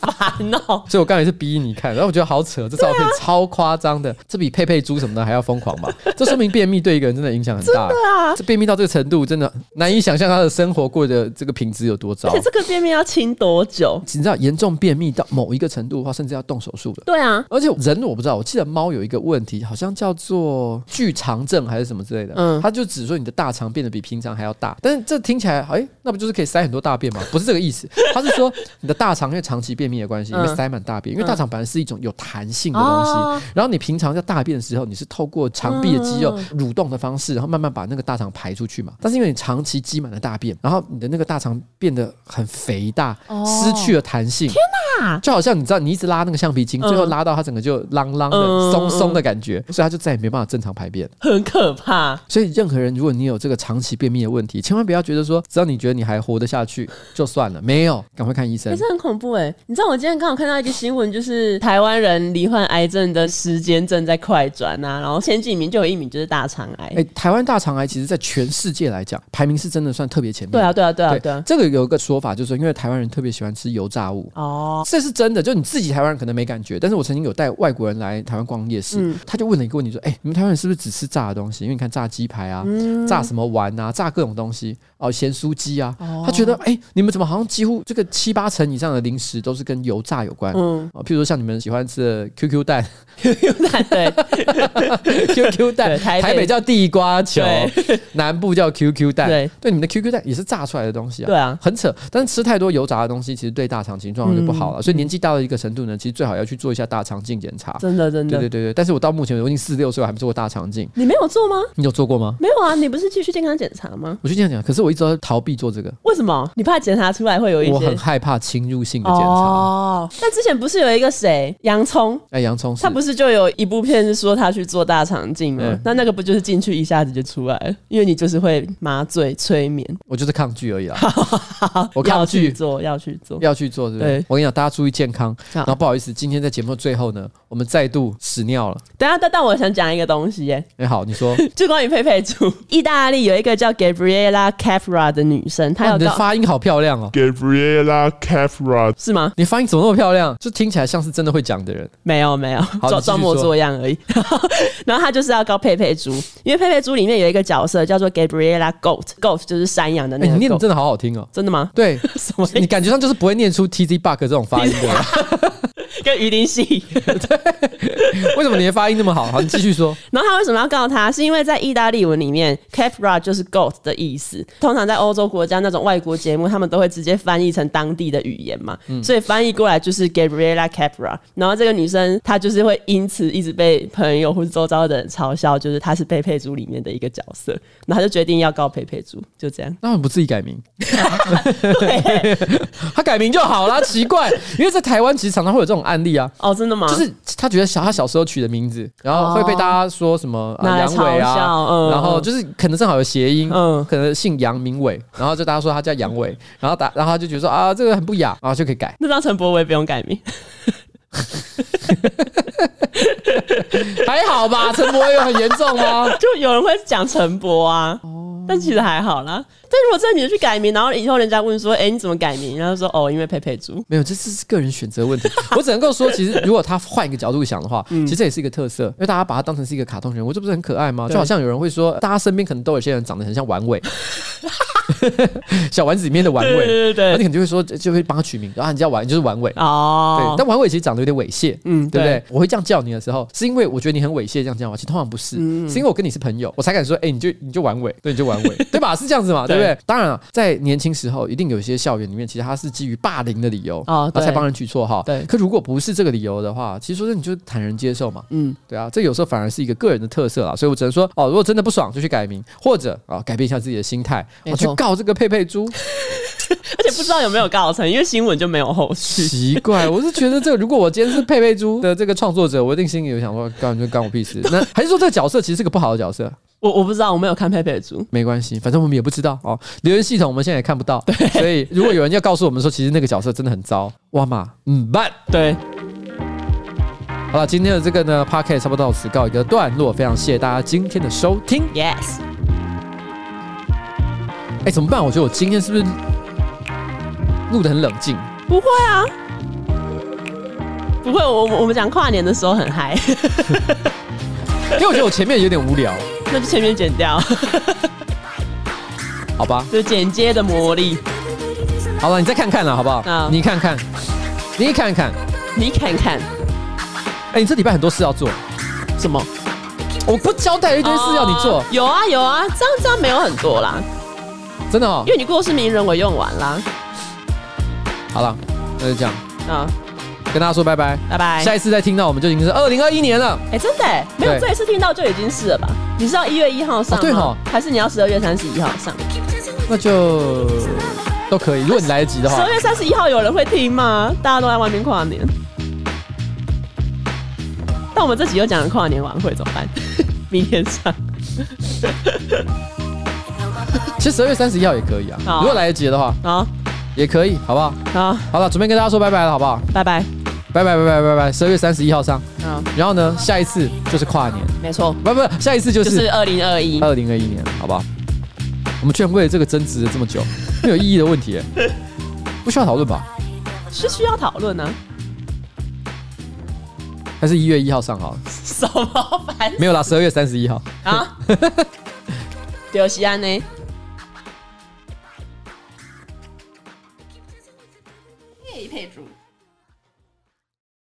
Speaker 2: 烦哦、
Speaker 1: 所以我刚才是逼你看，然后我觉得好扯，这照片超夸张的，这比佩佩猪什么的还要疯狂吧？ 这说明便秘对一个人真的影响很大。
Speaker 2: 啊！
Speaker 1: 这便秘到这个程度，真的难以想象他的生活过的这个品质有多糟
Speaker 2: 而且。这个便秘要清多久？
Speaker 1: 你知道，严重便秘到某一个程度的话，甚至要动手术了。
Speaker 2: 对啊，
Speaker 1: 而且人我不知道，我记得猫有一个问题，好像叫做巨肠症还是什么之类的。嗯，
Speaker 2: 嗯
Speaker 1: 它就只说你的大肠变得比平常还要大，但是这听起来，哎、那不就是可以塞很多大便吗？不是这个意思，它是说你的大肠因为长期便秘的关系，你
Speaker 2: 嗯
Speaker 1: 会塞满大便，因为大肠本来是一种有弹性的东西，
Speaker 2: 哦
Speaker 1: 然后你平常在大便的时候，你是透过肠壁的肌肉
Speaker 2: 嗯
Speaker 1: 蠕动的方式，然后慢慢把那个大肠排出去嘛。但是因为你长期
Speaker 2: 哦
Speaker 1: 积满了大便，然后你的那个大肠变得很肥大，失去了弹性。天
Speaker 2: 啊！
Speaker 1: 就好像你知道，你一直拉那个橡皮筋，
Speaker 2: 嗯
Speaker 1: 最后拉到它整个就啷啷的
Speaker 2: 嗯
Speaker 1: 松松的感觉，所以它就再也没办法正常排便。
Speaker 2: 很可怕，
Speaker 1: 所以，任何人，如果你有这个长期便秘的问题，千万不要觉得说，只要你觉得你还活得下去就算了，没有，赶快看医
Speaker 2: 也
Speaker 1: 生
Speaker 2: 是。很恐怖哎、你知道我今天刚好看到一个新闻，就是台湾人罹患癌症的时间正在快转啊，然后前几名就有一名就是大肠癌。
Speaker 1: 哎、台湾大肠癌其实在全世界来讲，排名是真的算特别前面。
Speaker 2: 对啊，对啊，对啊，对啊。
Speaker 1: 这个有一个说法，就是说因为台湾人特别喜欢吃油炸物。
Speaker 2: 哦，
Speaker 1: 这是真的，就你自己台湾人可能没感觉，但是我曾经有带外国人来台湾逛夜市，
Speaker 2: 嗯
Speaker 1: 他就问了一个问题，说：“哎、你们台湾人是不是只吃炸的东西？因为你看炸鸡排啊，
Speaker 2: 嗯
Speaker 1: 炸什么丸啊，炸各种东西哦，咸酥鸡啊。
Speaker 2: 哦
Speaker 1: 他觉得：“哎、你们怎么好像几乎这个七八成以上的零食都是跟油炸有关？
Speaker 2: 嗯，
Speaker 1: 哦，譬如说像你们喜欢吃的 QQ 蛋
Speaker 2: 对，
Speaker 1: 啊，QQ 蛋，
Speaker 2: 对台北
Speaker 1: 北叫地瓜球
Speaker 2: 对，
Speaker 1: 南部叫 QQ 蛋，
Speaker 2: 对，
Speaker 1: 对，你们的 QQ 蛋也是炸出来的东西啊。
Speaker 2: 对啊，
Speaker 1: 很扯，但是吃太多油炸的东西，其实对大肠其实状况就不好了。所以年纪大到一个程度呢，其实最好要去做一下大肠镜检查。
Speaker 2: 嗯真的，真
Speaker 1: 对
Speaker 2: 的
Speaker 1: 对对，对，但是我到目前我已经四六岁，我还没做过大肠镜。
Speaker 2: 你没有做吗？
Speaker 1: 你有做过吗？
Speaker 2: 没有啊，你不是继续健康检查吗？
Speaker 1: 我就这样讲，可是我一直都逃避做这个，
Speaker 2: 为什么？你怕检查出来会有一
Speaker 1: 我
Speaker 2: 些
Speaker 1: 很害怕侵入性的检查。
Speaker 2: 哦？但之前不是有一个谁洋葱？
Speaker 1: 哎，洋葱是
Speaker 2: 他不是就有一部片是说他去做大肠镜吗？
Speaker 1: 嗯
Speaker 2: 那那个不就是进去一下子就出来了？因为你就是会麻醉催眠，
Speaker 1: 我就是抗拒而 已啦。我
Speaker 2: 要
Speaker 1: 抗拒
Speaker 2: 去做，要去做。
Speaker 1: 要去做，对不对
Speaker 2: 对？啊
Speaker 1: 我跟你讲，大家注意健康。
Speaker 2: 好
Speaker 1: 然后不好意思，今天在节目的最后呢，我们再度屎尿了。
Speaker 2: 等一下，但但我想讲一个东西耶，
Speaker 1: 哎，好，你说，
Speaker 2: 就关于佩佩 猪。意大利有一个叫 Gabriela Cafra 的女生，她
Speaker 1: 哇
Speaker 2: 有
Speaker 1: 你的
Speaker 2: 告、
Speaker 1: 发音好漂亮哦，
Speaker 5: Gabriela Kefra
Speaker 2: 是吗？
Speaker 1: 你发音怎么那么漂亮？就听起来像是真的会讲的人。
Speaker 2: 没有没有，
Speaker 1: 你继
Speaker 2: 装
Speaker 1: 续
Speaker 2: 装模
Speaker 1: 说
Speaker 2: 作样而已。 然后他就是要告佩佩猪，因为佩佩猪里面有一个角色叫做 Gabriela Goat，Goat 就是山羊的
Speaker 1: 哎，
Speaker 2: 那
Speaker 1: 你
Speaker 2: 个
Speaker 1: 念的
Speaker 2: goat。
Speaker 1: 真的好好听哦。
Speaker 2: 真 的吗？
Speaker 1: 对，
Speaker 2: 什么
Speaker 1: 你感觉上就是不会念出 T Z bug 这种发音 的人，
Speaker 2: 啊跟鱼鳞系？
Speaker 1: 为什么你的发音那么好？好，你继续说。
Speaker 2: 然后他为什么要告他？是因为在意大利文里面 c a f r a 就是 goat 的意思。通常在欧洲国家那种外国节目，他们都会直接翻译成当地的语言嘛，
Speaker 1: 嗯
Speaker 2: 所以翻译过来就是 Gabriela c a f r a 然后这个女生她就是会因此一直被朋友或是周遭的人嘲笑，就是她是佩佩猪里面的一个角色。然后她就决定要告佩佩猪，就
Speaker 1: 。
Speaker 2: 这样
Speaker 1: 那我们不自己改名，
Speaker 2: 对，
Speaker 1: 他改名就好啦。奇怪，因为在台湾其实常常会有这种案例啊。
Speaker 2: 哦，真的吗？
Speaker 1: 就是他觉得小他小时候取的名字，然后会被大家说什么、
Speaker 2: 哦拿
Speaker 1: 啊、
Speaker 2: 来
Speaker 1: 杨伟
Speaker 2: 嘲笑
Speaker 1: 啊，
Speaker 2: 嗯
Speaker 1: 然后就是可能正好有谐音，
Speaker 2: 嗯
Speaker 1: 可能姓杨名伟，然后就大家说他叫杨伟，然后打然后他就觉得说啊这个很不雅，然后就可以改。
Speaker 2: 那张陈柏伟不用改名，
Speaker 1: 还好吧？陈柏伟有很严重啊吗？
Speaker 2: 就有人会讲陈柏啊。但其实还好啦。但如果这女的去改名，然后以后人家问说：“哎、你怎么改名？”然后说：“哦，因为佩佩猪。
Speaker 1: 没有，这这是个人选择问题。我只能够说，其实如果他换一个角度想的话，其实这也是一个特色，因为大家把它当成是一个卡通人物，这不是很可爱吗？就好像有人会说，大家身边可能都有些人长得很像丸尾， 小丸子里面的”丸
Speaker 2: 对
Speaker 1: 尾，
Speaker 2: 对
Speaker 1: 那你可
Speaker 2: 对，
Speaker 1: 能就会说，就会帮他取名，然后你叫丸，你就是丸尾。对
Speaker 2: 哦，，
Speaker 1: 但丸尾其实长得有点猥亵，
Speaker 2: 嗯，
Speaker 1: 对不对？我会这样叫你的时候，是因为我觉得你很猥亵，这样叫我。其实通常不是，
Speaker 2: 嗯
Speaker 1: 是因为我跟你是朋友，我才敢说，哎、你就你就玩尾，对，你就玩尾，对 吧？是这样子嘛，对
Speaker 2: 对
Speaker 1: 不对？当然了，在年轻时候，一定有一些校园里面，其实他是基于霸凌的理由然
Speaker 2: 哦
Speaker 1: 后才
Speaker 2: 对
Speaker 1: 帮人取绰号。
Speaker 2: 对
Speaker 1: 可如果不是这个理由的话，其实说真的，你就坦然接受嘛。
Speaker 2: 嗯，
Speaker 1: 对啊，这有时候反而是一个个人的特色啦，所以我只能说，哦，如果真的不爽，就去改名，或者啊、改变一下自己的心态，我、
Speaker 2: 没
Speaker 1: 去
Speaker 2: 错
Speaker 1: 告这个佩佩猪。
Speaker 2: 而且不知道有没有告成，因为新闻就没有后续。
Speaker 1: 奇怪，我是觉得这个，如果我今天是佩佩猪的这个创作者，我一定心里有想说，干就干我屁事。那还是说这个角色其实是个不好的角色，
Speaker 2: 我我不知道，我没有看佩佩猪。
Speaker 1: 没关系，反正我们也不知道哦。留言系统我们现在也看不到，所以如果有人要告诉我们说，其实那个角色真的很糟，哇嘛，嗯办。
Speaker 2: 对，
Speaker 1: 好了，今天的这个呢 p o d c a s t 差不多到此告一个段落，非常谢谢大家今天的收听。
Speaker 2: ，yes，
Speaker 1: 哎，怎么办？我觉得我今天是不是录的很冷静？
Speaker 2: 不会啊，不会。我我我们讲跨年的时候很嗨，
Speaker 1: 因 为我觉得我前面有点无聊，
Speaker 2: 那就前面剪掉，
Speaker 1: 好吧？
Speaker 2: 就剪接的魔力。
Speaker 1: 好了，你再看看了，好不好？
Speaker 2: 好
Speaker 1: 你看看，你看看，
Speaker 2: 你看看
Speaker 1: 哎，你这礼拜很多事要做。
Speaker 2: 什么？
Speaker 1: 我不交代一堆事要你做
Speaker 2: 哦，有啊有啊，这样这样没有很多啦，
Speaker 1: 真的哦
Speaker 2: 因。为你过世名人我用完啦。
Speaker 1: 好了，那就这样，
Speaker 2: 啊，
Speaker 1: 跟大家说拜拜。
Speaker 2: 拜拜。
Speaker 1: 下一次再听到我们就已经是二零二一年了。
Speaker 2: 哎、真的、欸、没有
Speaker 1: 对
Speaker 2: 这一次听到就已经是了吧？哦你是要一月一号上吗？
Speaker 1: 啊对吼
Speaker 2: 还是你要十二月三十一号上？
Speaker 1: 那就都可以。如果你来得及的
Speaker 2: 十
Speaker 1: 话
Speaker 2: 二，月三十一号有人会听吗？大家都在外面跨年。但我们这集又讲了跨年晚会，怎么办？ 明天上。
Speaker 1: 其实十二月三十一号也可以啊。
Speaker 2: 好
Speaker 1: 如果来得及的话，
Speaker 2: 好，
Speaker 1: 也可以，好不好？
Speaker 2: 好，
Speaker 1: 好了，准备跟大家说拜拜了，好不好？
Speaker 2: 拜拜。
Speaker 1: 拜拜拜拜拜拜，十二月三十一号上。
Speaker 2: 好，
Speaker 1: 然后呢，下一次就是跨年，
Speaker 2: 没错，
Speaker 1: 不不，下一次就
Speaker 2: 就是呃是二零二一。
Speaker 1: 二零二一年，好不好？我们居然为了这个争执了这么久，没有意义的问题耶，不需要讨论吧？
Speaker 2: 是需要讨论呢、啊
Speaker 1: 还是一月一号上好了？
Speaker 2: 什么烦
Speaker 1: 没有啦，十二月三十一号。
Speaker 2: 啊？丢西安呢？
Speaker 6: 配配主。